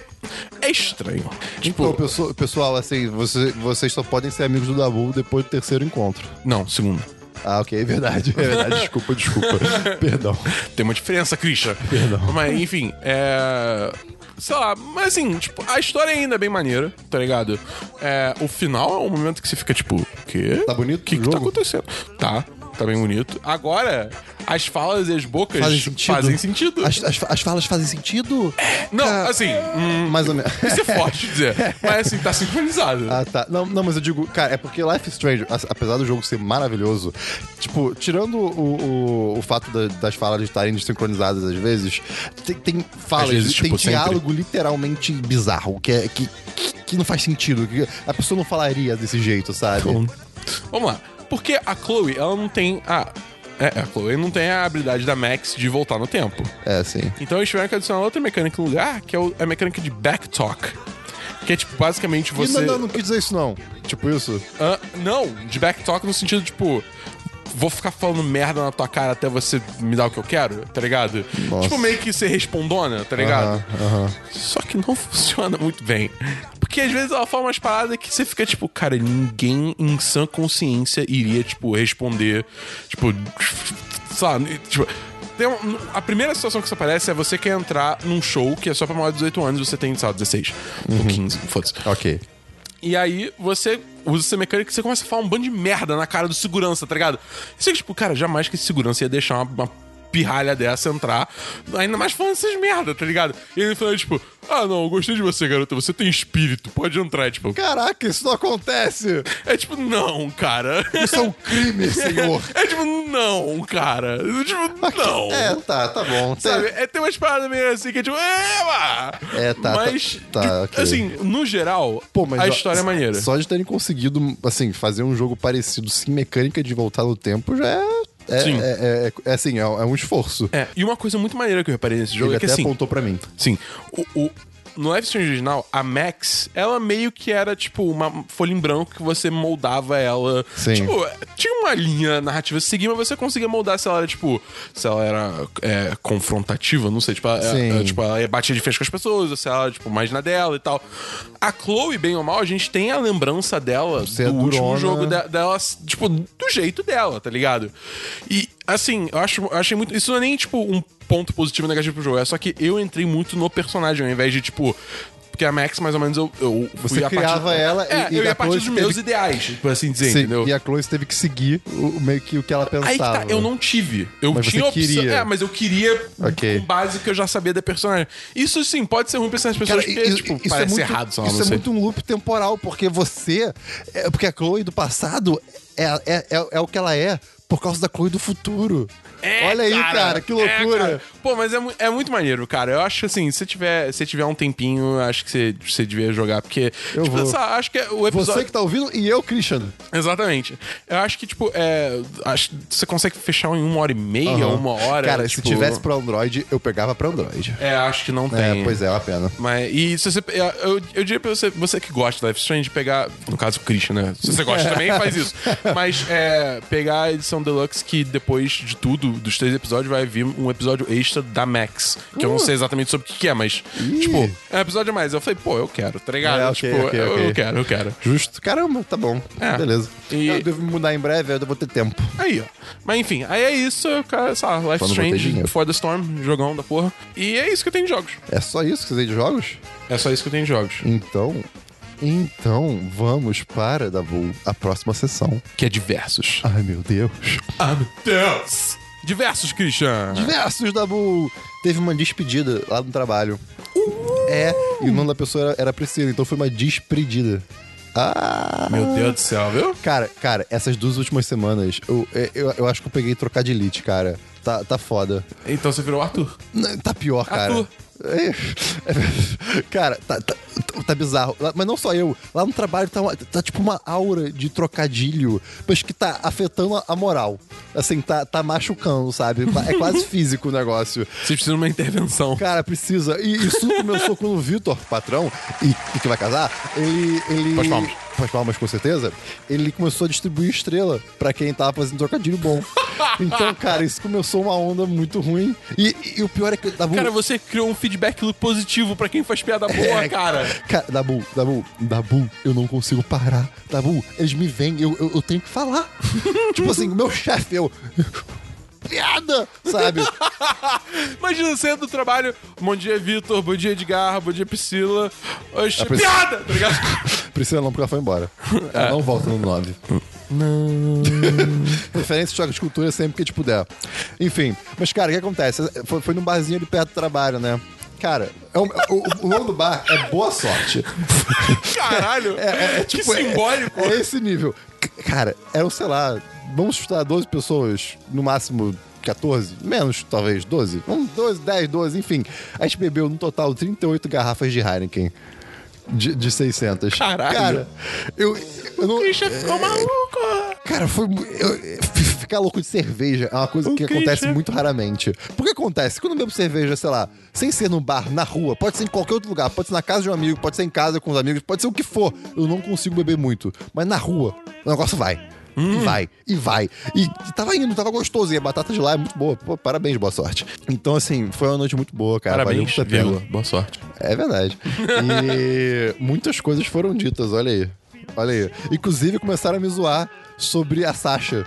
S1: é estranho. Tipo,
S2: Então, pessoa- pessoal, assim, você- vocês só podem ser amigos do Dabu depois do terceiro encontro.
S1: não, segunda.
S2: Ah, ok, é verdade.
S1: [laughs]
S2: É verdade. desculpa, desculpa. Perdão.
S1: Tem uma diferença, Christian. Perdão. Mas, enfim, é. Sei lá, mas assim, tipo, a história ainda é bem maneira, tá ligado? É, o final é um momento que você fica tipo, o quê?
S2: Tá bonito
S1: O que,
S2: o
S1: que tá
S2: jogo?
S1: acontecendo? Tá, tá bem bonito. Agora, a as falas e as bocas
S2: Fazem sentido.
S1: fazem sentido.
S2: As, as, as falas fazem sentido?
S1: Não,
S2: Cara,
S1: assim. hum,
S2: Mais ou menos.
S1: Isso é forte
S2: [laughs]
S1: dizer. Mas assim, tá sincronizado.
S2: Ah, tá. Não, não, mas eu digo, cara, é porque Life is Strange, a- apesar do jogo ser maravilhoso, tipo, tirando o, o, o fato da- das falas estarem desincronizadas às vezes, tem, tem falas,
S1: Às vezes,
S2: tem
S1: tipo, sempre.
S2: diálogo literalmente bizarro, que, é, que, que, que não faz sentido, que a pessoa não falaria desse jeito, sabe?
S1: Vamos lá. Porque a Chloe, ela não tem a. É, a Chloe não tem a habilidade da Max de voltar no tempo.
S2: É, sim.
S1: Então eles tiveram que adicionar outra mecânica no lugar, que é o- a mecânica de backtalk. Que é tipo, basicamente
S2: E
S1: você.
S2: não, não, não quis dizer isso não. Tipo isso.
S1: Ah, não, de backtalk no sentido, tipo, vou ficar falando merda na tua cara até você me dar o que eu quero, tá ligado?
S2: Nossa.
S1: Tipo, meio que ser respondona, tá ligado?
S2: Aham, aham.
S1: Só que não [laughs] funciona muito bem. Porque às vezes é ela fala umas paradas que você fica tipo, cara, ninguém em sã consciência iria, tipo, responder. Tipo, sabe? Tipo. Tem um- a primeira situação que isso aparece é você quer entrar num show que é só pra maior de 18 anos e você tem, sei lá, 16
S2: Uhum.
S1: ou 15, foda-se.
S2: Ok.
S1: E aí você usa essa mecânica e você começa a falar um bando de merda na cara do segurança, tá ligado? E você fica tipo, cara, jamais que esse segurança ia deixar uma, uma pirralha dessa entrar, ainda mais falando essas merda, tá ligado? E ele falou, tipo, ah não, eu gostei de você, garota, você tem espírito, pode entrar, É, tipo.
S2: Caraca, isso não acontece!
S1: É tipo, não, cara.
S2: Isso é um crime, [laughs] senhor!
S1: [laughs] É tipo, não, cara. Tipo, não.
S2: É, tá, tá bom.
S1: Sabe? É, tem umas paradas meio assim que é tipo, é, lá.
S2: É, tá, tá,
S1: Mas,
S2: tá,
S1: tipo,
S2: ok.
S1: assim, no geral,
S2: Pô, mas
S1: a
S2: ó,
S1: história é maneira.
S2: Só de terem conseguido, assim, fazer um jogo parecido sem mecânica de voltar no tempo já é. É,
S1: Sim.
S2: é- é- é assim, é, é um esforço.
S1: É, e uma coisa muito maneira que eu reparei nesse jogo
S2: Ele
S1: é que
S2: até
S1: assim.
S2: apontou pra mim.
S1: Sim. O, o- no Life Strange original, a Max, ela meio que era, tipo, uma folha em branco que você moldava ela.
S2: Sim.
S1: Tipo, tinha uma linha narrativa a seguir, mas você conseguia moldar se ela era, tipo, se ela era é, confrontativa, não sei, tipo, ela,
S2: Sim.
S1: ela, tipo, ela batia de frente com as pessoas, ou se ela era, tipo, mais na dela e tal. A Chloe, bem ou mal, a gente tem a lembrança dela
S2: Você é
S1: do último
S2: durona.
S1: jogo de- dela, tipo, do jeito dela, tá ligado? E, assim, eu acho, eu achei muito. Isso não é nem, tipo, um ponto positivo e negativo pro jogo, é só que eu entrei muito no personagem, ao invés de, tipo. Porque a Max, mais ou menos, eu. eu
S2: Você
S1: fui a partir-
S2: criava ela e-
S1: é,
S2: e
S1: eu ia a
S2: depois
S1: partir dos
S2: teve-
S1: meus ideais, por assim dizer,
S2: Sim,
S1: entendeu?
S2: E a Chloe teve que seguir o, meio que o que ela pensava.
S1: Aí que tá, eu não tive. Eu
S2: Mas
S1: tinha
S2: você
S1: opção.
S2: queria.
S1: É, mas eu queria
S2: Ok.
S1: com base que eu já sabia da personagem. Isso sim, pode ser ruim pra essas pessoas,
S2: Cara,
S1: porque,
S2: i-
S1: tipo,
S2: isso
S1: parece
S2: é muito,
S1: errado, só
S2: Isso
S1: não
S2: é
S1: sei.
S2: muito um loop temporal, porque você. é- porque a Chloe do passado é, é, é, é o que ela é por causa da Chloe do futuro.
S1: É,
S2: Olha aí, cara, que
S1: é,
S2: loucura.
S1: cara. Pô, mas é, mu- é muito maneiro, cara. Eu acho que, assim, se tiver, se tiver um tempinho, acho que você, você devia jogar, porque.
S2: Eu
S1: tipo,
S2: vou.
S1: essa- acho que é o episódio.
S2: Você que tá ouvindo e eu, Christian.
S1: Exatamente. Eu acho que, tipo, é. Acho, você consegue fechar em uma hora e meia,
S2: Aham.
S1: uma hora.
S2: Cara,
S1: tipo,
S2: se tivesse pra Android, eu pegava pra Android.
S1: É, acho que não tem.
S2: É, pois é, é uma pena.
S1: Mas, e se você. Eu, eu diria pra você, você que gosta de Life is Strange, pegar. No caso, o Christian, né? Se você gosta também, faz [laughs] isso. Mas é, pegar a edição Deluxe, que depois de tudo, dos três episódios, vai vir um episódio extra da Max. Que eu não sei exatamente sobre o que que é, mas. Tipo, é um episódio a mais. Eu falei, pô, eu quero, tá ligado?
S2: É, ok,
S1: tipo,
S2: ok,
S1: eu,
S2: ok.
S1: eu quero, eu quero.
S2: Justo. Caramba, tá bom.
S1: É.
S2: Beleza.
S1: E-
S2: Eu devo mudar em breve, eu vou ter tempo.
S1: Aí, ó. Mas enfim, aí é isso, cara, sei lá, Life
S2: Só
S1: is
S2: não botei
S1: Strange,
S2: dinheiro.
S1: For the Storm, jogão da porra. E é isso que eu tenho de jogos.
S2: É só isso que você tem de jogos?
S1: É só isso que eu tenho de jogos.
S2: Então. Então, vamos para, Dabu, a próxima sessão.
S1: Que é diversos.
S2: Ai, meu Deus. [laughs]
S1: Ah, meu Deus! Diversos, Christian!
S2: Diversos, Dabu. Teve uma despedida lá no trabalho.
S1: Uh!
S2: É, e o nome da pessoa era, era Priscila, então foi uma despedida. Ah!
S1: Meu Deus do céu, viu?
S2: Cara, cara, essas duas últimas semanas, eu, é, eu, eu acho que eu peguei trocar de elite, cara. Tá, tá foda.
S1: Então você virou Arthur.
S2: Não, Tá pior, cara.
S1: Arthur.
S2: É, [laughs] é, cara, tá, tá, tá- tá bizarro. Lá- Mas não só eu. Lá no trabalho tá, uma- tá tipo uma aura de trocadilho, mas que tá afetando a- a moral. Assim, tá, tá machucando, sabe? É quase [laughs] físico o negócio.
S1: Vocês precisam de uma intervenção.
S2: Cara, precisa. E isso começou quando o Vitor, patrão, e, e que vai casar, ele. ele
S1: Pós palmas.
S2: Pós palmas, com certeza. Ele começou a distribuir estrela pra quem tava fazendo trocadilho bom. Então, cara, isso começou uma onda muito ruim. E, e o pior é que. Dabu,
S1: Cara, você criou um feedback positivo pra quem faz piada boa,
S2: É,
S1: cara.
S2: Cara, Dabu, Dabu, Dabu, eu não consigo parar. Dabu, eles me veem, eu, eu, eu tenho que falar. [laughs] tipo assim, o meu chefe, eu. [laughs] Piada! Sabe?
S1: Imagina você do trabalho. Bom dia, Vitor. Bom dia, Edgar. Bom dia, Priscila. Oxi,
S2: Pris-
S1: piada! Tá ligado?
S2: Priscila não, porque ela foi embora. Ela não volta no 9. Não. [laughs] Referência de choque de cultura sempre que a gente puder. Enfim, mas cara, o que acontece? Foi, foi num barzinho ali perto do trabalho, né? Cara, é um- o, o nome do bar é Boa Sorte.
S11: Caralho!
S2: É, é, é tipo,
S11: que simbólico!
S2: É, é esse nível. C- Cara, eram, sei lá, vamos chutar 12 pessoas, no máximo 14, menos talvez 12. Vamos, 12, 10, 12, enfim. A gente bebeu no total 38 garrafas de Heineken. De, de 600.
S11: Caralho.
S2: Cara, eu, eu não.
S11: Christian
S1: É.
S11: ficou maluco!
S2: Cara, foi. mu- eu- eu- [laughs] ficar louco de cerveja é uma coisa que acontece muito raramente. Por que acontece? Quando eu bebo cerveja, sei lá, sem ser num bar, na rua, pode ser em qualquer outro lugar, pode ser na casa de um amigo, pode ser em casa com os amigos, pode ser o que for. Eu não consigo beber muito. Mas na rua, o negócio vai. E vai, e vai. E, e tava indo, tava gostoso. E a batata de lá é muito boa. Pô, parabéns, boa sorte. Então, assim, foi uma noite muito boa, cara.
S1: Parabéns,
S2: Valeu muito a
S1: vírgula.
S2: pena.
S1: Boa sorte.
S2: É verdade. E muitas coisas foram ditas, olha aí. Olha aí. Inclusive começaram a me zoar sobre a Sasha.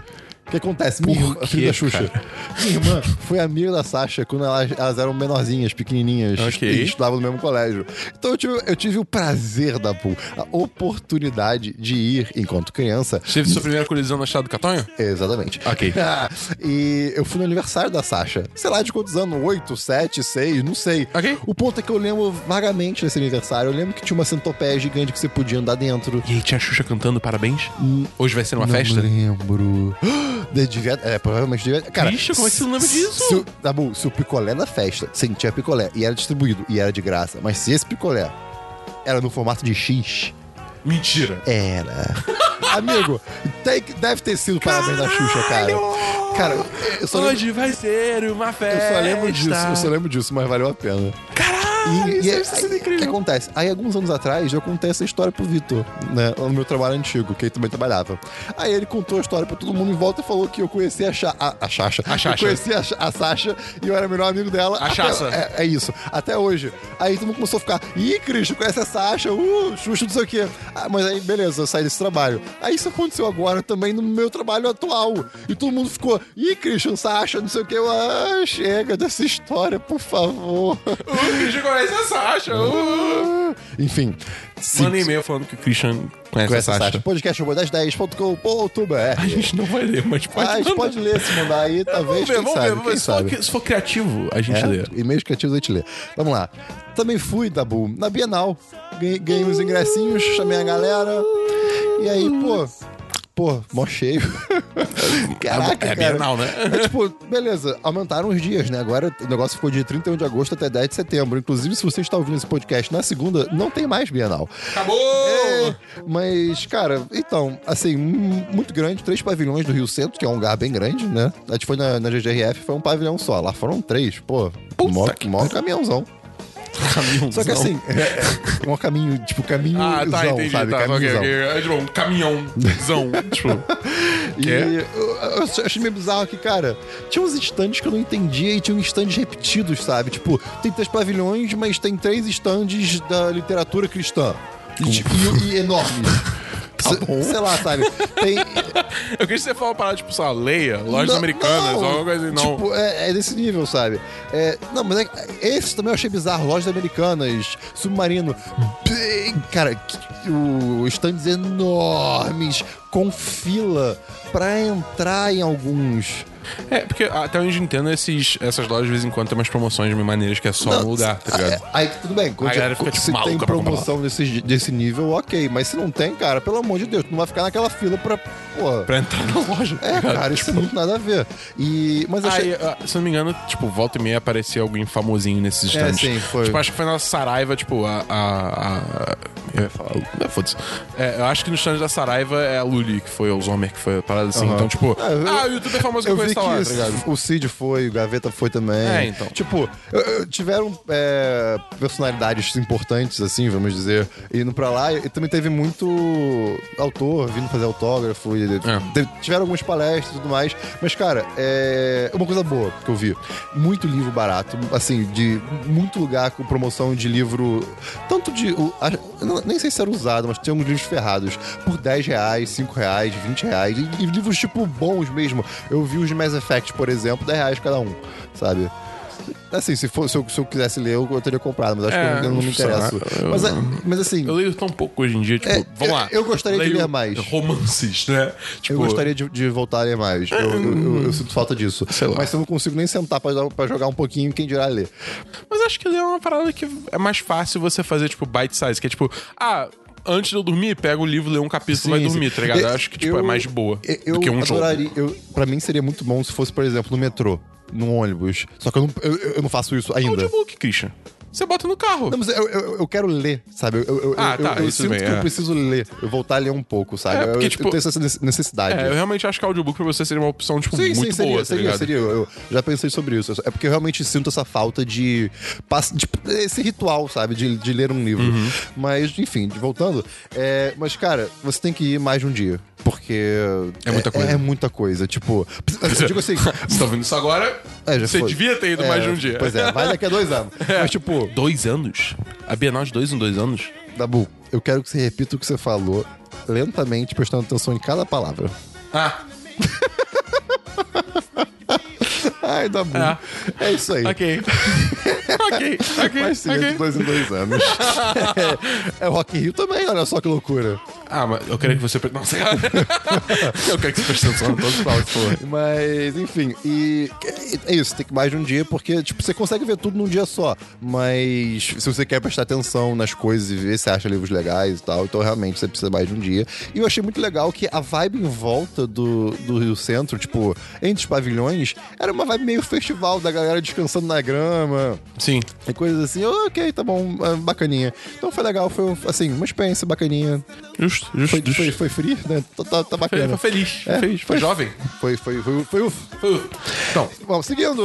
S2: O que acontece? Minha
S1: Por
S2: irmã, a
S1: quê,
S2: filha da Xuxa.
S1: cara?
S2: Minha irmã foi amiga da Sasha quando elas, elas eram menorzinhas, pequenininhas,
S1: Ok.
S2: e estudavam no mesmo colégio. Então eu tive, eu tive o prazer da a oportunidade de ir enquanto criança.
S1: Teve sua primeira colisão na Estrada do Catonha?
S2: Exatamente.
S1: Ok.
S2: Ah, [laughs] e eu fui no aniversário da Sasha. Sei lá de quantos anos, 8, 7, 6, não sei. O ponto é que eu lembro vagamente desse aniversário. Eu lembro que tinha uma centopeia gigante que você podia andar dentro.
S1: E aí tinha a Xuxa cantando parabéns? Hum. Hoje vai ser numa
S2: Não
S1: festa?
S2: lembro. [gasps] De- devia- é, provavelmente devia. Cara,
S1: Vixe, como é que você não lembra
S2: se-
S1: disso?
S2: Se, o- tá bom, se o picolé na festa, sim, tinha picolé e era distribuído e era de graça. Mas se esse picolé era no formato de X,
S1: Mentira. [laughs]
S2: era. Amigo, tem que- deve ter sido o parabéns da Xuxa, cara. Cara, eu só lembro-
S1: Hoje vai ser uma
S2: Eu
S1: festa.
S2: só lembro disso, eu só lembro disso, mas valeu a pena. Caralho,
S1: isso deve ter sido
S2: O que acontece? Aí, alguns anos atrás, eu contei essa história pro Vitor, né? lá No meu trabalho antigo, que ele também trabalhava. Aí ele contou a história pra todo mundo em volta e falou que eu conheci a, Cha- a, a Chacha.
S1: A Chacha.
S2: Eu conheci a, Cha- a Sasha e eu era o melhor amigo dela.
S1: A
S2: Até-
S1: Chaça.
S2: É, é isso. Até hoje. Aí todo mundo começou a ficar, ih, Cris, tu conhece a Sasha, uh, Xuxa, não sei o quê. Ah, mas aí, beleza, eu saí desse trabalho. Aí isso aconteceu agora também no meu trabalho atual. E todo mundo ficou, ih, Christian, Sasha, não sei o quê. Eu, ah, chega dessa história, por favor. [laughs]
S1: Uh,
S11: O Christian conhece a Sasha! Uh.
S2: Enfim.
S1: Manda um e-mail falando que o Christian conhece,
S2: Conhece
S1: a Sasha.
S2: Podcast 1010.com.br.
S1: A gente não vai ler, mas pode
S2: Ah, a gente
S1: mandar.
S2: pode ler se mandar aí, talvez.
S1: Vamos ver,
S2: quem
S1: vamos
S2: sabe,
S1: ver. Vamos
S2: quem
S1: ver. Se for,
S2: sabe.
S1: que- se for criativo, a gente
S2: É,
S1: lê.
S2: E-mails criativos a gente lê. Vamos lá. Também fui, Dabu, na Bienal. Ganhei, ganhei uns ingressinhos, chamei a galera. E aí, pô. Pô,
S1: [laughs]
S2: mó cheio. Caraca,
S1: É a
S2: cara.
S1: Bienal, né?
S2: É tipo, beleza, aumentaram os dias, né? Agora o negócio ficou de 31 de agosto até 10 de setembro. Inclusive, se você está ouvindo esse podcast na segunda, não tem mais Bienal.
S11: Acabou!
S2: É, mas, cara, então, assim, hum, muito grande, três pavilhões do Rio Centro, que é um lugar bem grande, né? A gente foi na, na GGRF, foi um pavilhão só. Lá foram três, pô. Mó, mó caminhãozão. Só que assim, é, é um caminho, tipo, caminho
S11: Ah, tá, entendi.
S2: sabe?
S11: Tá, ok,
S2: Caminhozão.
S11: ok. É tipo um
S2: [laughs]
S11: caminhãozão. tipo,
S2: E
S11: É?
S2: eu, eu achei meio bizarro que, cara, tinha uns stands que eu não entendia e tinha uns stands repetidos, sabe? Tipo, tem três pavilhões, mas tem três stands da literatura cristã. E, tipo, e-
S11: [laughs]
S2: e enormes.
S11: Tá
S2: Se- Sei lá, sabe? Tem,
S11: eu queria que você falasse parada, tipo, sei lá, leia, [laughs] lojas
S2: Não,
S11: americanas,
S2: não.
S11: ou alguma coisa assim, não.
S2: Tipo, é, é desse nível, sabe? É, não, mas é, esses também eu achei bizarro. Lojas americanas, submarino. Bem, cara, que- o, stands enormes, com fila pra entrar em alguns.
S1: É, porque até onde eu entendo, esses, essas lojas de vez em quando tem umas promoções de maneiras que é só um lugar, tá ligado?
S2: É, Aí tudo bem, quando
S1: A
S2: já-
S1: galera fica, tipo,
S2: se tem
S1: maluca pra comprar
S2: promoção desse, desse nível, ok. Mas se não tem, cara, pelo amor de Deus, tu não vai ficar naquela fila pra. Pô,
S1: Pra entrar na loja. tá
S2: é,
S1: ligado?
S2: cara, isso não tem nada a ver. E, mas eu achei.
S1: Aí, ah, se eu não me engano, tipo, volta e meia aparecia alguém famosinho nesses
S2: É,
S1: stands.
S2: sim, foi.
S1: Tipo, acho que foi na Saraiva, tipo, a. a, a- eu ia falar. É, foda-se. É, eu acho que no stand da Saraiva é a Luli, que foi, ou o Zomer, que foi a parada assim. Então, tipo,
S2: Ah, eu-
S1: ah, o youtuber famoso que
S2: Eu vi
S1: conhece
S2: que
S1: tá lá, tá ligado?
S2: o Cid foi, o Gaveta foi também.
S1: É, então.
S2: Tipo, eu- eu- tiveram é, personalidades importantes, assim, vamos dizer, indo pra lá. E também teve muito autor vindo fazer autógrafo. e- teve- tiveram algumas palestras e tudo mais. Mas, cara, é uma coisa boa que eu vi. Muito livro barato, assim, de muito lugar com promoção de livro. Tanto de. o- a- eu não- nem sei se era usado, mas tinha alguns livros ferrados. Por 10 reais, 5 reais, 20 reais. E, e livros, tipo, bons mesmo. Eu vi os de Mass Effect, por exemplo, 10 reais cada um, sabe? Assim, se, for, se, eu, se eu quisesse ler, eu, eu teria comprado, mas acho
S1: É,
S2: que eu não me
S1: sei lá,
S2: interesso.
S1: eu-
S2: Mas, é- mas assim.
S1: Eu leio tão pouco hoje em dia, tipo,
S2: É,
S1: vamos lá.
S2: eu- eu gostaria de
S1: Leio
S2: ler mais.
S1: Romances, né?
S2: eu gostaria de, de voltar a ler mais. Eu, eu- eu-
S1: Hum.
S2: eu sinto falta disso. Mas eu não consigo nem sentar pra, dar- pra jogar um pouquinho, quem dirá ler.
S1: Mas acho que ele é uma parada que é mais fácil você fazer, tipo, bite size, que é tipo, ah, antes de eu dormir, pega o livro, lê um capítulo e vai
S2: Sim,
S1: dormir,
S2: sim.
S1: tá ligado? Eu
S2: Eu-
S1: acho que, tipo, é mais boa
S2: Eu, eu
S1: do que um
S2: adoraria.
S1: jogo.
S2: Eu, pra mim seria muito bom se fosse, por exemplo, no metrô, num ônibus. Só que eu não, eu, eu não faço isso ainda.
S1: É um Audiobook, Christian. Você bota no carro.
S2: Não, mas eu, eu, eu quero ler, sabe? Eu, eu,
S1: Ah,
S2: eu,
S1: tá,
S2: eu, eu
S1: isso
S2: sinto
S1: bem,
S2: que
S1: é.
S2: eu preciso ler. Eu voltar a ler um pouco, sabe?
S1: É, porque,
S2: eu,
S1: tipo,
S2: eu tenho essa nece- necessidade.
S1: É, eu realmente acho que audiobook pra você seria uma opção, tipo, muito
S2: seria,
S1: boa, tá
S2: seria,
S1: ligado? [laughs]
S2: seria. Eu, eu já pensei sobre isso. É porque eu realmente sinto essa falta de. pass- de- esse ritual, sabe? De, de ler um livro.
S1: Uhum.
S2: Mas, enfim, de- voltando. é, mas, cara, você tem que ir mais de um dia. Porque.
S1: É muita coisa.
S2: É, muita coisa. Tipo. Eu
S1: [laughs]
S2: digo assim.
S1: Você tá ouvindo isso agora?
S2: É, já
S1: você
S2: foi.
S1: devia ter ido
S2: É,
S1: mais de um dia. [laughs]
S2: Pois é, vai daqui a dois anos. Mas, tipo.
S1: Dois anos? A Bienal de dois em dois anos?
S2: Dabu, eu quero que você repita o que você falou lentamente, prestando atenção em cada palavra.
S1: Ah,
S2: Ai, Dabu.
S1: É.
S2: É isso aí. [laughs]
S1: ok. ok, ok,
S2: Mas sim,
S1: ok.
S2: de dois em
S1: [laughs]
S2: dois anos. é, é Rock in Rio também, olha só que loucura.
S1: Ah, mas eu queria que você... pre- Nossa,
S2: [laughs]
S1: cara. eu quero que você preste atenção em todos os paus, pô.
S2: Mas, enfim, e é isso, tem que mais de um dia, porque, tipo, você consegue ver tudo num dia só. Mas se você quer prestar atenção nas coisas e ver se acha livros legais e tal, então realmente você precisa mais de um dia. E eu achei muito legal que a vibe em volta do, do Rio Centro, tipo, entre os pavilhões, era uma vibe meio festival da galera descansando na grama.
S1: Sim.
S2: E coisas assim, "Ah, ok, tá bom, ah, bacaninha. Então foi legal, foi assim, uma experiência bacaninha.
S1: Justo, justo,
S2: Foi,
S1: justo.
S2: foi, foi free, né? Tá, tá- tá
S1: Foi,
S2: bacana.
S1: foi feliz.
S2: É,
S1: feliz. Foi, jovem.
S2: Foi, foi, foi, foi o.
S1: Foi. Então,
S2: Bom, seguindo.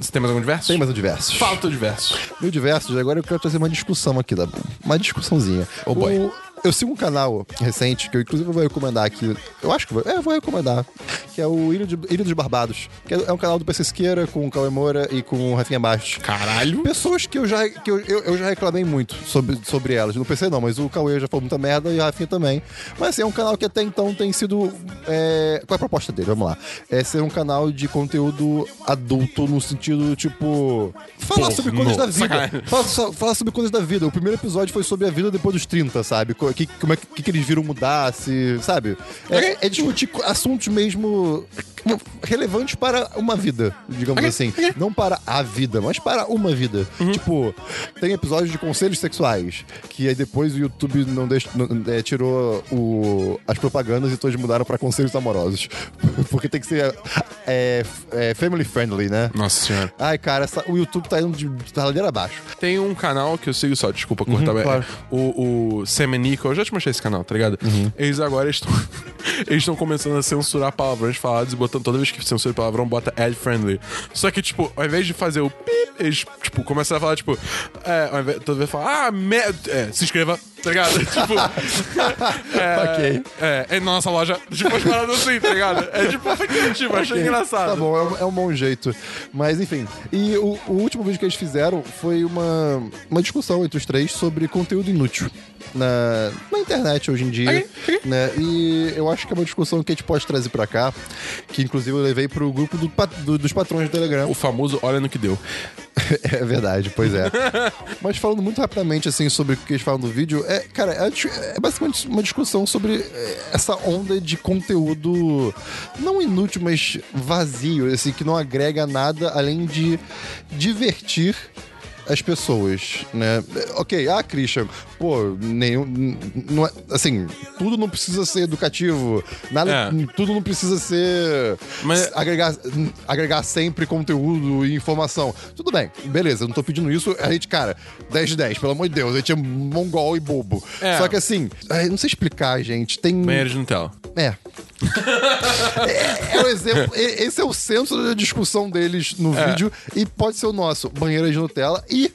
S1: você tem mais algum diverso?
S2: Tem mais um diversos.
S1: Falta o diverso.
S2: Meu diversos, agora eu quero trazer uma discussão aqui, da Uma discussãozinha.
S1: Oh, boy.
S2: O- eu sigo um canal recente, que eu inclusive vou recomendar aqui. Eu acho que vou. É, eu vou recomendar. Que é o Ilha, de, Ilha dos Barbados. Que é, é um canal do PC Siqueira, com o Cauê Moura e com o Rafinha Bastos.
S1: Caralho.
S2: Pessoas que eu já, que eu, eu, eu já reclamei muito sobre, sobre elas. No PC não, mas o Cauê já falou muita merda e o Rafinha também. Mas assim, é um canal que até então tem sido. é, Qual é a proposta dele? Vamos lá. É ser um canal de conteúdo adulto no sentido, tipo. Falar
S1: Porno.
S2: sobre coisas da vida.
S1: Sacanagem.
S2: Fala, só- fala sobre coisas da vida. O primeiro episódio foi sobre a vida depois dos 30, sabe? Co- Que, como é que, que eles viram mudar, se. Sabe? É, é discutir co- assuntos mesmo relevantes para uma vida, digamos assim. Não para a vida, mas para uma vida. Tipo, tem episódios de conselhos sexuais, que aí depois o YouTube não deixa, não- é, tirou o- as propagandas e todos mudaram para conselhos amorosos. [laughs] Porque tem que ser é, é, family friendly, né?
S1: Nossa senhora.
S2: Ai, cara, essa- o YouTube tá indo de, de ladeira abaixo.
S1: Tem um canal que eu sigo só, desculpa cortar, mas
S2: Uhum,
S1: é
S2: claro.
S1: o, o Semenico, eu já te mostrei esse canal, tá ligado?
S2: Uhum.
S1: Eles agora estão [laughs] eles estão começando a censurar palavrões falados e botando toda vez que censura palavrão, bota ad friendly. Só que, tipo, ao invés de fazer o pip, eles, tipo, começaram a falar, tipo, é, ao invés, toda vez falar, ah, me, é, se inscreva, tá ligado? [laughs] tipo, é,
S2: [laughs] Ok.
S1: é, é na nossa loja, tipo, as paradas assim, tá ligado? É tipo, foi criativo, achei engraçado.
S2: Tá bom, é um, é um bom jeito. Mas enfim. E o, o último vídeo que eles fizeram foi uma, uma discussão entre os três sobre conteúdo inútil na, na internet hoje em dia. né? E eu acho que é uma discussão que a gente pode trazer pra cá, que inclusive eu levei pro grupo do pat- do- dos patrões do Telegram.
S1: O famoso olha no que deu.
S2: [laughs] É verdade, pois é. Mas falando muito rapidamente, assim, sobre o que eles falam no vídeo, é, cara, é, dis- é basicamente uma discussão sobre é, essa onda de conteúdo não inútil, mas vazio, assim, que não agrega nada além de divertir as pessoas, né? É, Ok, ah, Christian, pô, nenhum, n- n- não é- assim, tudo não precisa ser educativo, nada,
S1: É.
S2: tudo não precisa ser
S1: Mas-
S2: agregar, agregar sempre conteúdo e informação. Tudo bem, beleza, eu não tô pedindo isso. A gente, cara, 10 de 10, pelo amor de Deus, a gente é mongol e bobo.
S1: É.
S2: Só que assim, ai, não sei explicar, gente. Tem.
S1: Banheiro de Nutella.
S2: É. é, é o exemplo. e- Esse é o centro da discussão deles no
S1: É.
S2: vídeo e pode ser o nosso. Banheira de Nutella e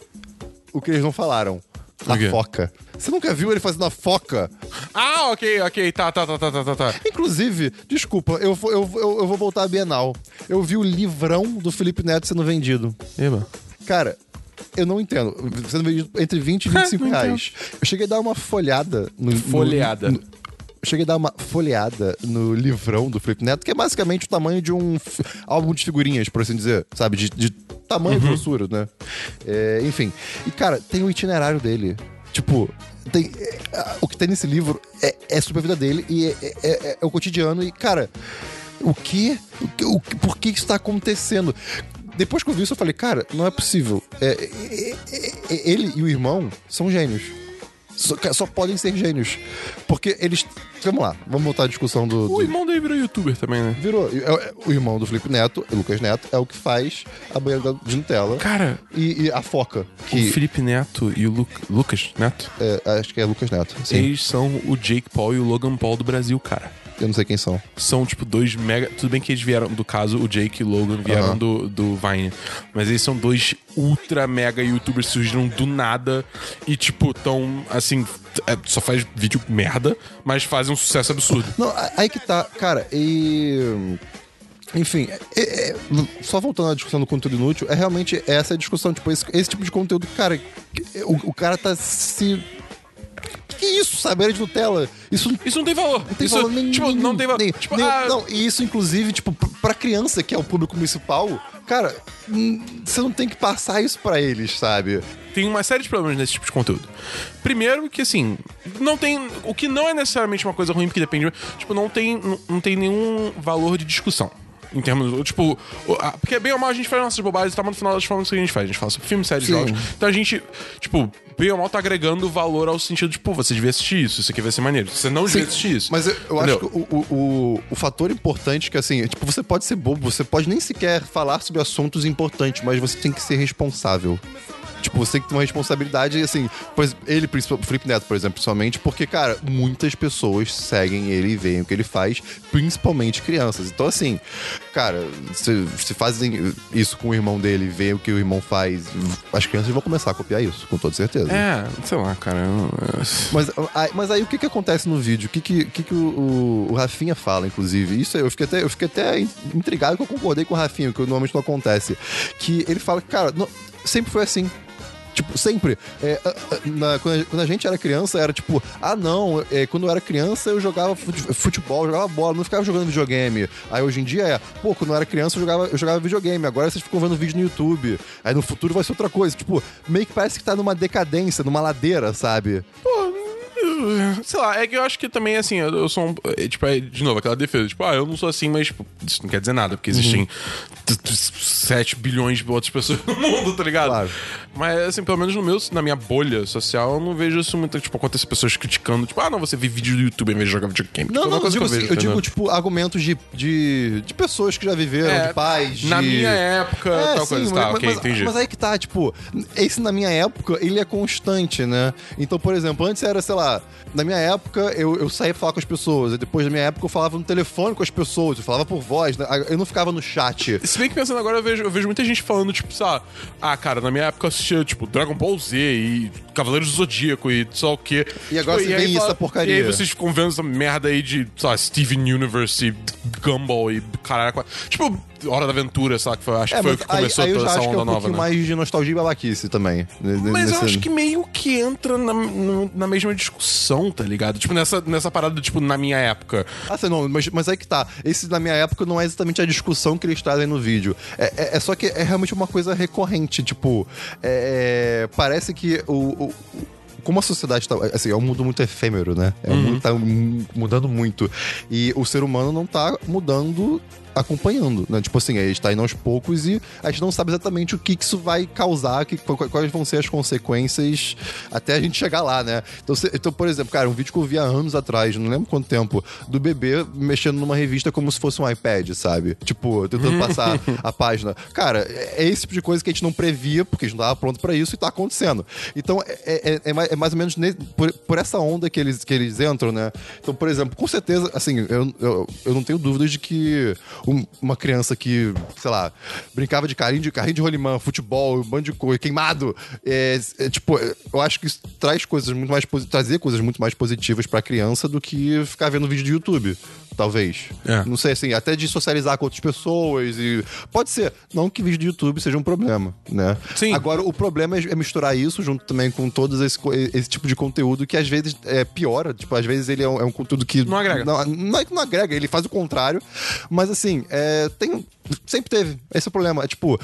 S2: o que eles não falaram.
S1: O quê?
S2: A foca. Você nunca viu ele fazendo a foca?
S1: Ah, ok, ok, tá, tá, tá, tá, tá, tá, tá.
S2: Inclusive, desculpa, eu vou, eu, vou- eu vou voltar à Bienal. Eu vi o livrão do Felipe Neto sendo vendido.
S1: Eba.
S2: Cara, eu não entendo. Sendo vendido entre 20 e 25
S1: Não
S2: reais. Eu cheguei a dar uma folhada no. no-
S1: Folheada.
S2: no- eu cheguei a dar uma folheada no livrão do Felipe Neto, que é basicamente o tamanho de um f- álbum de figurinhas, por assim dizer. Sabe? De. de tamanho e grossura, né? É, enfim. E, cara, tem o itinerário dele. Tipo, tem, é, a- o que tem nesse livro é, é sobre a vida dele e é, é- é- é o cotidiano. E, cara, o que? O que- o que- por que isso tá acontecendo? Depois que eu vi isso, eu falei, cara, não é possível. É, é, é, é, ele e o irmão são gênios. Só, ca- só podem ser gênios. Porque eles. Vamos lá, vamos voltar à discussão do. O
S1: irmão dele virou youtuber também, né?
S2: Virou. E- é- é- O irmão do Felipe Neto, o Lucas Neto, é o que faz a banheira da- de Nutella.
S1: Cara.
S2: E, e a foca. Que,
S1: O Felipe Neto e o Lu- Lucas Neto?
S2: acho que é Lucas Neto. sim.
S1: Eles são o Jake Paul e o Logan Paul do Brasil, cara.
S2: Eu não sei quem são.
S1: São, tipo, dois mega. Tudo bem que eles vieram, do caso, o Jake e o Logan vieram
S2: Aham.
S1: do, do Vine. Mas eles são dois ultra mega youtubers que surgiram do nada e, tipo, tão. Assim, t- é, só faz vídeo merda, mas fazem um sucesso absurdo.
S2: Não, a- aí que tá, cara, e. Enfim, é- é- só voltando à discussão do conteúdo inútil, é realmente essa a discussão, tipo, esse, esse tipo de conteúdo, cara, que- o, o cara tá se. Que, que é isso, sabe? Era de Nutella. Isso,
S1: isso não tem valor.
S2: Não tem
S1: Isso,
S2: valor nem,
S1: tipo,
S2: nem-
S1: não tem valor.
S2: nem-
S1: Tipo,
S2: nem-
S1: ah-
S2: Não, e isso, inclusive, tipo, pr- pra criança, que é o público municipal, cara, hum, você não tem que passar isso pra eles, sabe?
S1: Tem uma série de problemas nesse tipo de conteúdo. Primeiro que, assim, não tem... O que não é necessariamente uma coisa ruim, porque depende... Tipo, não tem, não, não tem nenhum valor de discussão. Em termos... Tipo... o- a- Porque bem ou mal a gente faz nossas bobagens e tá, mas no final das formas que a gente faz. A gente fala sobre filmes, séries,
S2: Sim.
S1: jogos. Então a gente, tipo... Bem ou mal tá agregando valor ao sentido de, pô, você devia assistir isso, isso aqui vai ser maneiro. Você não devia assistir isso.
S2: Mas eu, eu
S1: Entendeu?
S2: acho que o, o, o, o fator importante que, assim, é, tipo, você pode ser bobo, você pode nem sequer falar sobre assuntos importantes, mas você tem que ser responsável. Tipo, você tem que ter uma responsabilidade, assim, pois ele, principalmente, o Felipe Neto, por exemplo, principalmente, porque, cara, muitas pessoas seguem ele e veem o que ele faz, principalmente crianças. Então, assim, cara, se, se fazem isso com o irmão dele, veem o que o irmão faz, as crianças vão começar a copiar isso, com toda certeza.
S1: É, sei lá, cara.
S2: Mas, aí- mas aí o que, que acontece no vídeo? O que, que, o que que o, o- o Rafinha fala, inclusive? Isso aí, eu fiquei até, eu fiquei até in- intrigado que eu concordei com o Rafinha, que normalmente não acontece. Que ele fala que, cara, não- sempre foi assim. Tipo, sempre. É, a- a- na- quando, a, quando a gente era criança, era tipo, ah não, é, quando eu era criança eu jogava fute- futebol, jogava bola, não ficava jogando videogame. Aí hoje em dia é, pô, quando eu era criança eu jogava, eu jogava videogame, agora vocês ficam vendo vídeo no YouTube. Aí no futuro vai ser outra coisa. Tipo, meio que parece que tá numa decadência, numa ladeira, sabe?
S1: Sei lá, é que eu acho que também, assim, eu, eu sou um. é, Tipo, é, de novo, aquela defesa. Tipo, ah, eu não sou assim, mas tipo, isso não quer dizer nada, porque existem t- t- 7 bilhões de outras pessoas no mundo, tá ligado? Mas, assim, pelo menos no meu, na minha bolha social, eu não vejo isso muito. Tipo, acontecer pessoas criticando, tipo, ah, não, você vê vídeo do YouTube em vez de jogar videogame. tipo, é
S2: Não,
S1: uma
S2: não, eu
S1: coisa que
S2: digo, assim,
S1: vejo,
S2: eu digo
S1: entendeu?
S2: tipo, argumentos de, de, de pessoas que já viveram,
S1: É,
S2: de pais,
S1: na
S2: de- É,
S1: minha época, tal coisa, tá, ok,
S2: mas,
S1: entendi.
S2: Mas aí que tá, tipo, esse na minha época, ele é constante, né? Então, por exemplo, antes era, sei lá, na minha época eu, eu saía pra falar com as pessoas, e depois da minha época eu falava no telefone com as pessoas, eu falava por voz, né? eu não ficava no chat.
S1: Se bem que pensando agora, eu vejo, eu vejo muita gente falando, tipo, sei lá, ah, cara, na minha época eu assistia, tipo, Dragon Ball Z e Cavaleiros do Zodíaco e só o quê.
S2: E agora
S1: tipo,
S2: você vê
S1: aí
S2: isso, essa porcaria.
S1: E aí vocês ficam vendo essa merda aí de, sei lá, Steven Universe e Gumball e caralho. quatro. Tipo, Hora da Aventura, sei lá, que foi, acho
S2: É,
S1: que foi o que começou
S2: eu
S1: toda
S2: já
S1: essa
S2: acho que é
S1: onda
S2: um
S1: nova,
S2: pouquinho
S1: né?
S2: mais de nostalgia e babaquice também. né,
S1: Mas eu
S2: nesse-
S1: acho que meio que entra na, no- na mesma discussão, tá ligado? Tipo, nessa, nessa parada, tipo, na minha época.
S2: Ah, sim, não, mas, mas aí que tá. Esse, na minha época, não é exatamente a discussão que eles trazem no vídeo. É, é- é só que é realmente uma coisa recorrente. Tipo, é, é, parece que o. o- como a sociedade tá. Assim, é um mundo muito efêmero, né? É um
S1: Uhum.
S2: mundo- tá mu- mudando muito. E o ser humano não tá mudando acompanhando, né? Tipo assim, a gente tá indo aos poucos e a gente não sabe exatamente o que que isso vai causar, que, qu- qu- quais vão ser as consequências até a gente chegar lá, né? Então, se- então, por exemplo, cara, um vídeo que eu vi há anos atrás, não lembro quanto tempo, do bebê mexendo numa revista como se fosse um iPad, sabe? Tipo, tentando passar a página. Cara, é é esse tipo de coisa que a gente não previa, porque a gente não tava pronto pra isso e tá acontecendo. Então, é, é- é mais, é mais ou menos ne- por, por essa onda que eles, que eles entram, né? Então, por exemplo, com certeza, assim, eu, eu, eu não tenho dúvidas de que um- uma criança que, sei lá, brincava de carrinho de, carrinho de rolimã, futebol, um bando de coisa, queimado, é, é, tipo, é, eu acho que isso traz coisas muito mais, posi- trazer coisas muito mais positivas pra criança do que ficar vendo vídeo do YouTube, talvez. Não sei, assim, até de socializar com outras pessoas e... Pode ser. Não que vídeo do YouTube seja um problema, né? Sim. Agora, o problema é é misturar isso junto também com todos esse, co- esse tipo de conteúdo que às vezes é, piora. Tipo, às vezes ele é um, é um conteúdo que... Não agrega. Não, é que não agrega, ele faz o contrário. Mas, assim, é, tem... Sempre teve. Esse é o problema. É, tipo,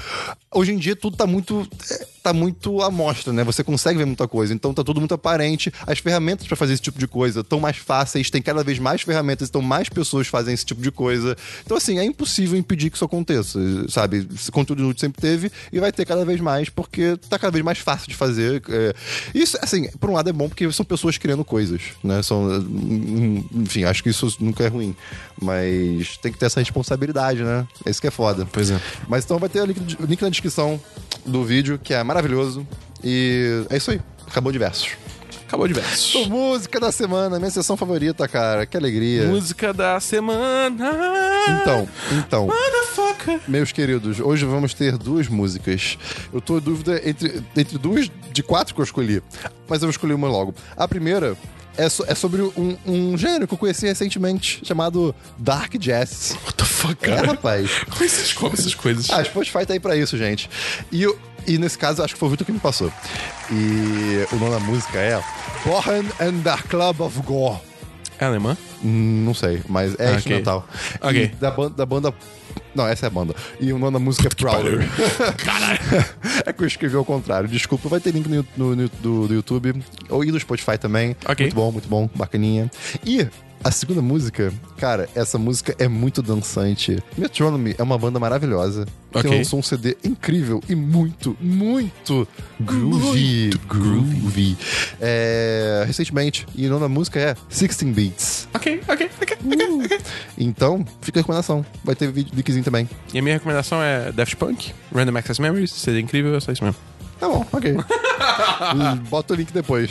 S2: hoje em dia tudo tá muito. é, Tá muito à mostra, né? Você consegue ver muita coisa. Então tá tudo muito aparente. As ferramentas pra fazer esse tipo de coisa estão mais fáceis, tem cada vez mais ferramentas, então mais pessoas fazem esse tipo de coisa. Então, assim, é impossível impedir que isso aconteça. Sabe? Esse conteúdo inútil sempre teve e vai ter cada vez mais, porque tá cada vez mais fácil de fazer. é. Isso, assim, por um lado é bom porque são pessoas criando coisas, né? São. hum, Enfim, acho que isso nunca é ruim. Mas tem que ter essa responsabilidade, né? É isso que é foda. Pois é. Mas então vai ter o link, o link na descrição do vídeo, que é maravilhoso. E é isso aí. Acabou de versos.
S1: Acabou de versos.
S2: Então, Música da semana, minha sessão favorita, cara. Que alegria.
S1: Música da semana.
S2: Então, então.
S1: Motherfucker.
S2: Meus queridos, hoje vamos ter duas músicas. Eu tô em dúvida entre, entre duas de quatro que eu escolhi, mas eu vou escolher uma logo. A primeira é, so- é sobre um, um gênero que eu conheci recentemente, chamado Dark Jazz. What the fuck,
S1: cara?
S2: É, rapaz.
S1: Como é que você descobre essas coisas?
S2: Ah, Spotify tá aí pra isso, gente. E, eu- e nesse caso, acho que foi o Vitor que me passou. E o nome da música é Born and the Club of Gore.
S1: É alemã?
S2: Não sei, mas é
S1: Ah, ok.
S2: instrumental.
S1: Ok.
S2: E Da, ban- da banda. Não, essa é a banda. E o nome da música é
S1: [laughs]
S2: Prowler. [laughs] é que eu escrevi ao contrário. Desculpa, vai ter link no, no- no- do, do YouTube ou e do Spotify também.
S1: Ok.
S2: Muito bom, muito bom, bacaninha. E a segunda música, cara, essa música é muito dançante. Metronomy é uma banda maravilhosa que
S1: Ok.
S2: lançou um CD incrível e muito, muito groovy. Groovy. É, recentemente. E o nome da música é 16 Beats.
S1: Ok, ok, ok.
S2: Uh. Então, fica a recomendação. Vai ter vídeo linkzinho também.
S1: E a minha recomendação é Daft Punk, Random Access Memories, CD incrível, é só isso mesmo.
S2: Tá bom,
S1: [laughs]
S2: ok. Bota o link depois.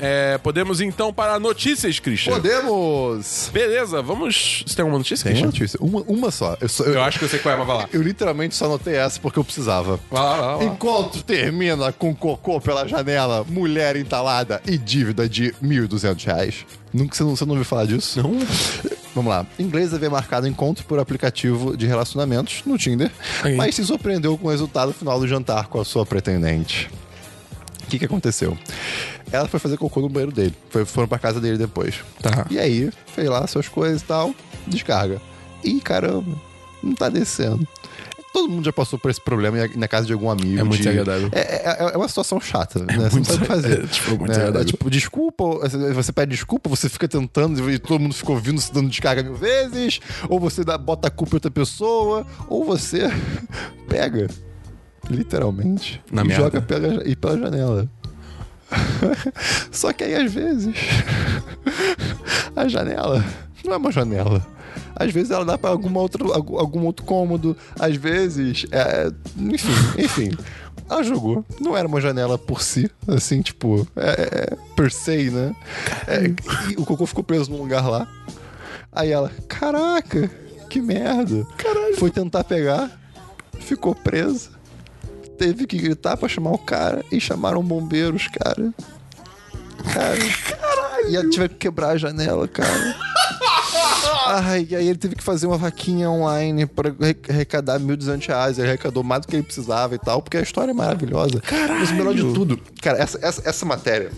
S1: É, podemos ir, então para notícias, Christian.
S2: Podemos!
S1: Beleza, vamos. Você tem alguma notícia,
S2: Tem uma
S1: Christian?
S2: notícia. Uma, uma só. Eu, só- eu-
S1: Eu acho que eu sei qual é, mas vai lá.
S2: eu literalmente só anotei essa porque eu precisava.
S1: Vai lá, vai lá, vai lá.
S2: Enquanto termina com cocô pela janela, mulher entalada e dívida de 1.200 reais. Nunca você não, você não ouviu falar disso? Não. Vamos lá. Inglês havia marcado encontro por aplicativo de relacionamentos no Tinder,
S1: Ok.
S2: mas se surpreendeu com o resultado final do jantar com a sua pretendente. O que, que aconteceu? Ela foi fazer cocô no banheiro dele. Foi, foram pra casa dele depois.
S1: Tá.
S2: E aí, fez lá suas coisas e tal, descarga. Ih, caramba, não tá descendo. Todo mundo já passou por esse problema em- na casa de algum amigo.
S1: É muito
S2: de-
S1: agradável.
S2: É, é- é uma situação chata, né? você não
S1: muito-
S2: sabe o que
S1: [laughs]
S2: fazer.
S1: é, tipo, muito
S2: né?
S1: agradável.
S2: É tipo, desculpa, você pede desculpa, você fica tentando e todo mundo fica ouvindo, se dando descarga mil vezes, ou você dá, bota a culpa em outra pessoa, ou você [laughs] pega, literalmente,
S1: Na
S2: e
S1: merda.
S2: joga pela, e pela janela. [laughs] Só que aí, às vezes, [laughs] a janela não é uma janela. Às vezes ela dá pra alguma outra, algum algum outro cômodo. Às vezes, é, enfim, [laughs] enfim. Ela jogou. Não era uma janela por si, assim, tipo, é, é, per se, né? É, e o cocô ficou preso num lugar lá. Aí ela, caraca, que merda. Foi tentar pegar, ficou presa. Teve que gritar pra chamar o cara e chamaram bombeiros, cara. Cara. E ela tiveram que quebrar a janela, cara. Ai, e aí ele teve que fazer uma vaquinha online pra re- arrecadar 1.200 reais. Ele arrecadou mais do que ele precisava e tal, porque a história é maravilhosa. Mas o melhor de tudo, cara, essa, essa, essa matéria,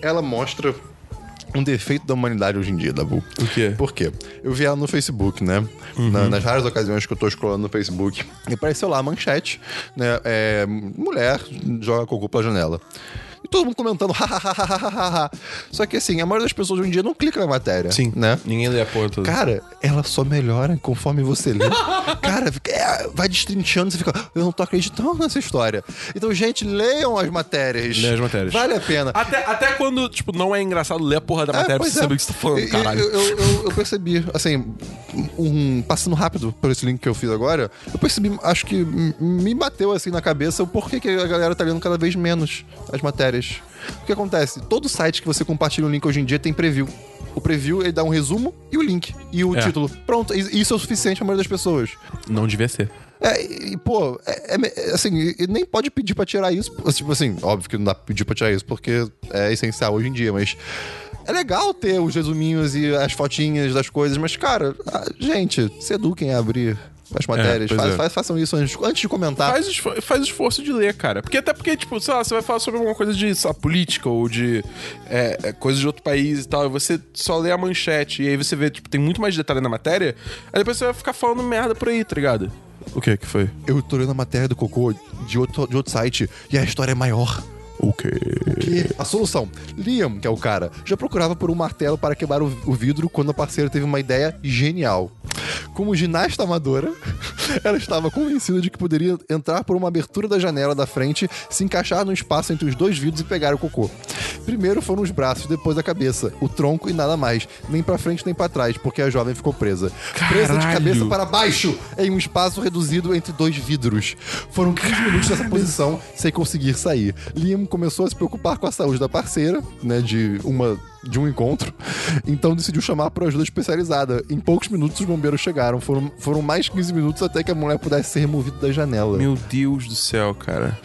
S2: ela mostra um defeito da humanidade hoje em dia, Dabu.
S1: O quê? Uhum.
S2: Por quê? Eu vi ela no Facebook, né? Na- nas raras ocasiões que eu tô scrollando no Facebook. E apareceu lá a manchete, né? É, mulher joga cocô pela janela. E todo mundo comentando, [laughs] hahaha. Só que assim, a maioria das pessoas hoje em dia não clica na matéria.
S1: Sim.
S2: Né?
S1: Ninguém lê a porra toda.
S2: Cara, ela só melhora conforme você
S1: [laughs]
S2: lê. Cara, fica- é, vai destrinchando, você fica, eu não tô acreditando nessa história. Então, gente, leiam as matérias.
S1: Lê as matérias.
S2: Vale a pena.
S1: Até, até quando, tipo, não é engraçado ler a porra da
S2: É,
S1: matéria pra
S2: pois
S1: você
S2: é.
S1: saber o que você tá falando,
S2: E-
S1: caralho.
S2: Eu, eu- eu- eu percebi, assim, um- passando rápido por esse link que eu fiz agora, eu percebi, acho que m- me bateu assim na cabeça o porquê que a galera tá lendo cada vez menos as matérias. O que acontece? Todo site que você compartilha um link hoje em dia tem preview. O preview, ele dá um resumo e o link. E o
S1: É.
S2: título. Pronto, e- isso é o suficiente pra maioria das pessoas.
S1: Não devia ser.
S2: É, e, e, pô, é, é me- é, assim, e- e nem pode pedir pra tirar isso. Tipo assim, óbvio que não dá pra pedir pra tirar isso, porque é essencial hoje em dia, mas. É legal ter os resuminhos e as fotinhas das coisas, mas, cara, a- gente, se eduquem a abrir as matérias.
S1: pois
S2: Faz-
S1: é.
S2: faz- façam isso antes, antes de comentar.
S1: Faz, esfor- faz esforço de ler, cara. Porque até porque, tipo, sei lá, você vai falar sobre alguma coisa de sei lá, política ou de é, é, coisas de outro país e tal, e você só lê a manchete e aí você vê, tipo, tem muito mais detalhe na matéria, aí depois você vai ficar falando merda por aí, tá ligado? O que que foi?
S2: Eu tô lendo a matéria do Cocô de outro, de outro site e a história é maior.
S1: O quê?
S2: Que a solução. Liam, que é o cara, já procurava por um martelo para quebrar o, o vidro quando a parceira teve uma ideia genial. Como ginasta amadora, [laughs] ela estava convencida de que poderia entrar por uma abertura da janela da frente, se encaixar no espaço entre os dois vidros e pegar o cocô. Primeiro foram os braços, depois a cabeça, o tronco e nada mais. Nem pra frente nem pra trás, porque a jovem ficou presa. Presa de
S1: Caralho.
S2: cabeça para baixo, em um espaço reduzido entre dois vidros. Foram 15 minutos nessa posição sem conseguir sair. Liam começou a se preocupar com a saúde da parceira, né, de uma de um encontro, então decidiu chamar por ajuda especializada. Em poucos minutos os bombeiros chegaram, foram, foram mais 15 minutos até que a mulher pudesse ser removida da janela.
S1: Meu Deus do céu, cara.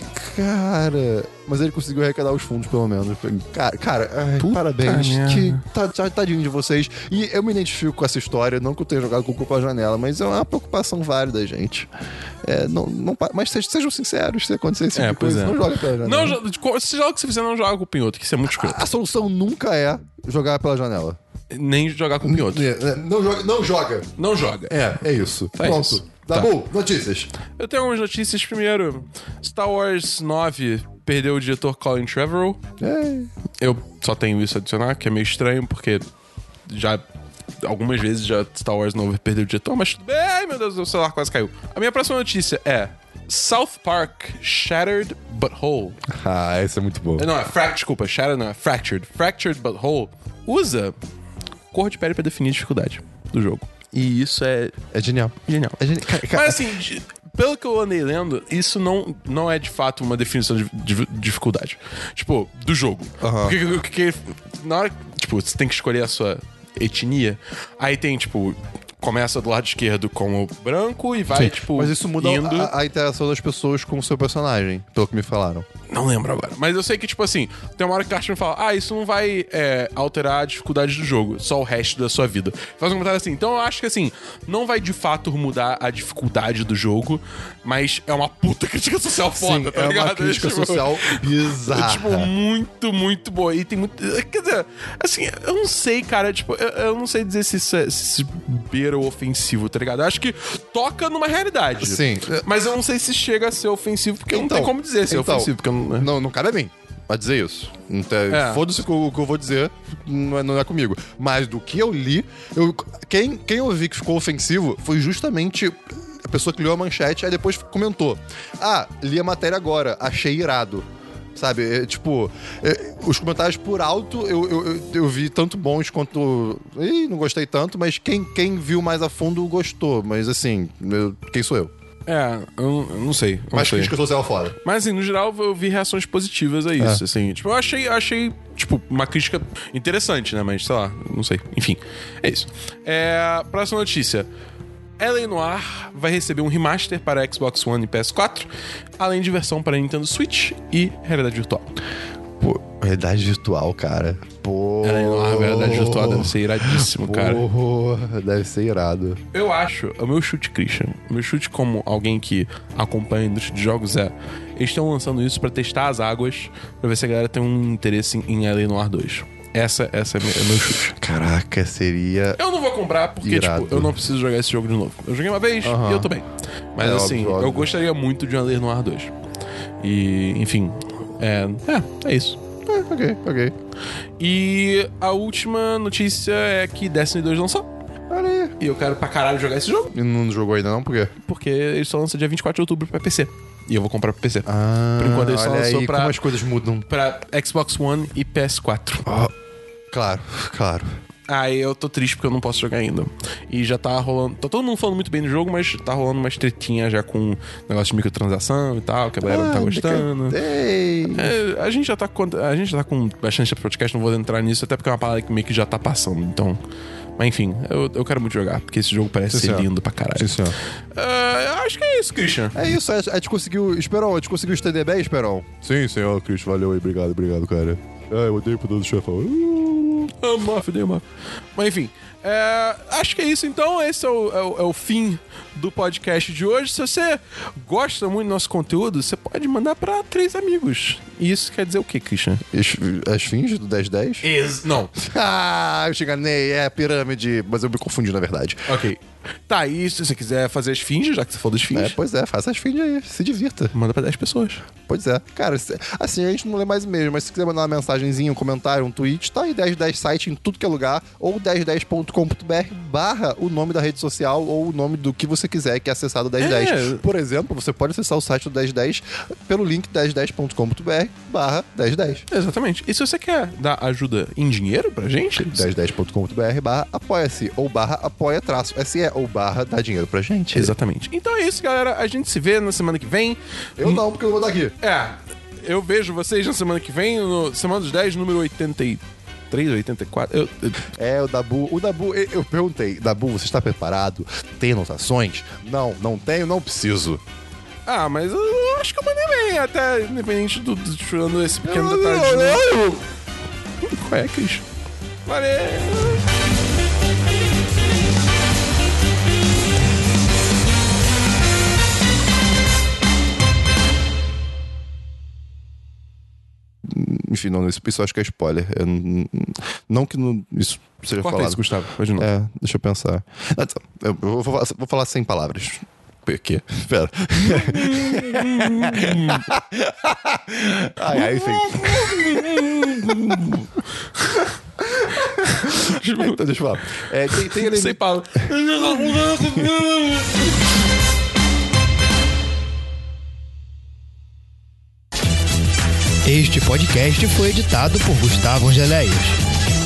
S2: Cara, mas ele conseguiu arrecadar os fundos, pelo menos. Cara, cara ai,
S1: Puta
S2: parabéns.
S1: merda.
S2: Que tá, tá- tadinho de vocês. E eu me identifico com essa história, não que eu tenha jogado com culpa a janela, mas é uma preocupação válida, gente. É, não, não, pa- mas sejam, sejam sinceros, se acontecer esse tipo
S1: É,
S2: de
S1: pois
S2: coisa,
S1: é.
S2: não joga pela janela.
S1: Não, jo- de co- seja lá o que você fizer, não joga com o pinhoto, que isso é muito escroto.
S2: A solução nunca é jogar pela janela.
S1: Ah, Nem jogar com o pinhoto.
S2: É, é, Não joga. Não joga.
S1: Não joga.
S2: É, é isso.
S1: Tá
S2: Pronto.
S1: isso. Tá.
S2: Dabu, notícias.
S1: Eu tenho algumas notícias. Primeiro, Star Wars 9 perdeu o diretor Colin Trevorrow. Eu só tenho isso a adicionar, que é meio estranho, porque já. Algumas vezes já Star Wars 9 perdeu o diretor, mas tudo bem, meu Deus, o celular quase caiu. A minha próxima notícia é. South Park Shattered But Whole.
S2: Ah, essa é muito boa.
S1: Não, é fract, desculpa, shattered não, é fractured. Fractured But Whole usa cor de pele pra definir a dificuldade do jogo. E isso é
S2: É genial.
S1: genial.
S2: É geni- cara, cara,
S1: Mas assim, de- pelo que eu andei lendo, isso não, não é de fato uma definição de, de- dificuldade. Tipo, do jogo.
S2: Aham.
S1: Porque, porque- porque na hora. Tipo, você tem que escolher a sua etnia. Aí tem, tipo. Começa do lado esquerdo com o branco e vai,
S2: Sim,
S1: tipo.
S2: mas isso muda
S1: indo...
S2: a, a interação das pessoas com o seu personagem, pelo que me falaram.
S1: Não lembro agora. Mas eu sei que, tipo assim, tem uma hora que o Cartman fala: Ah, isso não vai é, alterar a dificuldade do jogo, só o resto da sua vida. Faz um comentário assim. Então eu acho que, assim, não vai de fato mudar a dificuldade do jogo, mas é uma puta crítica social foda,
S2: Sim,
S1: tá
S2: é
S1: ligado? [laughs]
S2: uma crítica
S1: Tipo,
S2: social
S1: é,
S2: bizarra.
S1: tipo, muito, muito boa. E tem muito. Quer dizer, assim, eu não sei, cara. Tipo, eu, eu não sei dizer se isso é se isso beira o ofensivo, tá ligado? Eu acho que toca numa realidade.
S2: Sim. é.
S1: Mas eu não sei se chega a ser ofensivo, porque eu não tenho como dizer se é
S2: então,
S1: ofensivo, porque eu não.
S2: Não, não cabe a mim. Vai dizer isso. Não tem-
S1: É.
S2: Foda-se o que eu- o que eu vou dizer, não é, não é comigo. Mas do que eu li, eu, quem, quem eu vi que ficou ofensivo foi justamente a pessoa que leu a manchete, aí depois comentou. Ah, li a matéria agora, achei irado. Sabe, é, tipo, é, os comentários por alto eu, eu, eu, eu vi tanto bons quanto. Ih, não gostei tanto, mas quem, quem viu mais a fundo gostou. Mas assim, eu- quem sou eu?
S1: É, eu, não- eu não sei. eu não
S2: Mas
S1: sei.
S2: crítica social fora.
S1: Mas assim, no geral eu vi reações positivas a isso, assim. Tipo, eu achei, eu achei, tipo, uma crítica interessante, né? Mas sei lá, não sei. Enfim, é isso. É, próxima notícia. Ellen Noir vai receber um remaster para Xbox One e PS4, além de versão para Nintendo Switch e realidade virtual.
S2: Pô, realidade virtual, cara. Pô.
S1: Ellen Noir, realidade virtual deve ser iradíssimo, cara.
S2: Pô, deve ser irado.
S1: Eu acho, o meu chute, Christian, o meu chute como alguém que acompanha a indústria de jogos é: eles estão lançando isso pra testar as águas, pra ver se a galera tem um interesse em, em LA Noir 2. Essa, essa é, minha- é meu chute.
S2: Caraca, seria.
S1: Eu não vou comprar porque,
S2: Irado.
S1: tipo, eu não preciso jogar esse jogo de novo. Eu joguei uma vez e eu tô bem. Mas
S2: É,
S1: assim,
S2: óbvio, óbvio.
S1: eu gostaria muito de um LA Noir 2. E, enfim, é, é, é isso.
S2: É, ok, ok.
S1: E a última notícia é que Destiny 2 lançou.
S2: Olha aí.
S1: E eu quero pra caralho jogar esse jogo.
S2: E não jogou ainda, não? Por quê?
S1: porque ele só lança dia 24 de outubro pra PC. E eu vou comprar pra PC.
S2: Ah,
S1: Por enquanto ele só
S2: olha
S1: lançou
S2: aí
S1: pra-
S2: como as coisas mudam.
S1: Pra Xbox One e PS4.
S2: Ó, Claro, claro.
S1: Aí eu tô triste porque eu não posso jogar ainda. E já tá rolando. Tá todo mundo falando muito bem do jogo, mas tá rolando umas tretinhas já com negócio de microtransação e tal, que a
S2: Ah,
S1: galera não tá gostando.
S2: Ei.
S1: É, a, gente já tá, com- a gente já tá com bastante podcast, não vou entrar nisso, até porque é uma parada que meio que já tá passando, então. Mas enfim, eu, eu quero muito jogar, porque esse jogo parece
S2: Sim,
S1: ser
S2: senhor.
S1: lindo pra caralho.
S2: Sim, senhor.
S1: Ah, eu acho que é isso, Christian.
S2: É isso, a a gente conseguiu. Esperon, a gente conseguiu estender bem, Esperon? Sim, senhor, Cris, valeu aí, obrigado, obrigado, cara. Ah, eu odeio o poder do chefão.
S1: Amo, odeio Ah, um Muff. Mas enfim, é, acho que é isso então. Esse é o, é o- é o fim do podcast de hoje. Se você gosta muito do nosso conteúdo, você pode mandar pra três amigos. E isso quer dizer o quê, Christian?
S2: A esfinge do 1010?
S1: Ex não.
S2: ah, eu te enganei, é a pirâmide, mas eu me confundi na verdade.
S1: Ok. Tá, e se você quiser fazer a esfinge, já que você falou da esfinge...
S2: É, pois é, faça a esfinge aí, se divirta.
S1: Manda pra 10 pessoas.
S2: Pois é. Cara, se- assim, a gente não lê mais e-mail, mas se quiser mandar uma mensagenzinha, um comentário, um tweet, tá em 1010 site em tudo que é lugar, ou 1010.com.br barra o nome da rede social ou o nome do que você quiser que é acessado 1010.
S1: É.
S2: Por exemplo, você pode acessar o site do 1010 pelo link 1010.com.br barra 1010.
S1: Exatamente. E se você quer dar ajuda em dinheiro pra gente?
S2: 1010.com.br barra apoia-se ou barra apoia traço SE ou barra dá dinheiro pra gente.
S1: Exatamente. Então é isso, galera. A gente se vê na semana que vem.
S2: Eu não, porque eu vou daqui.
S1: É. Eu vejo vocês na semana que vem, no Semana dos 10, número 83, 84. Eu, eu,
S2: É, o Dabu. O Dabu, e- eu perguntei, Dabu, você está preparado? Tem anotações? Não, não tenho, não preciso.
S1: ah, mas eu acho que eu mandei bem, até independente do, do- tirando esse pequeno
S2: Eu-
S1: detalhe. de-
S2: eu- eu-
S1: Qual é, Cris? Valeu!
S2: Enfim, não, isso, isso eu acho que é spoiler. Eu não- não que não- isso seja
S1: Corta
S2: falado.
S1: isso, Gustavo. Faz de novo.
S2: É, deixa eu pensar. Ah, tá. Eu, eu vou, falar- vou falar sem palavras. Por quê? Pera. ai, ai, [laughs] enfim. então, deixa eu falar. É, tem, tem elemen-
S1: Sem Paulo.
S12: Este podcast foi editado por Gustavo Angeléias.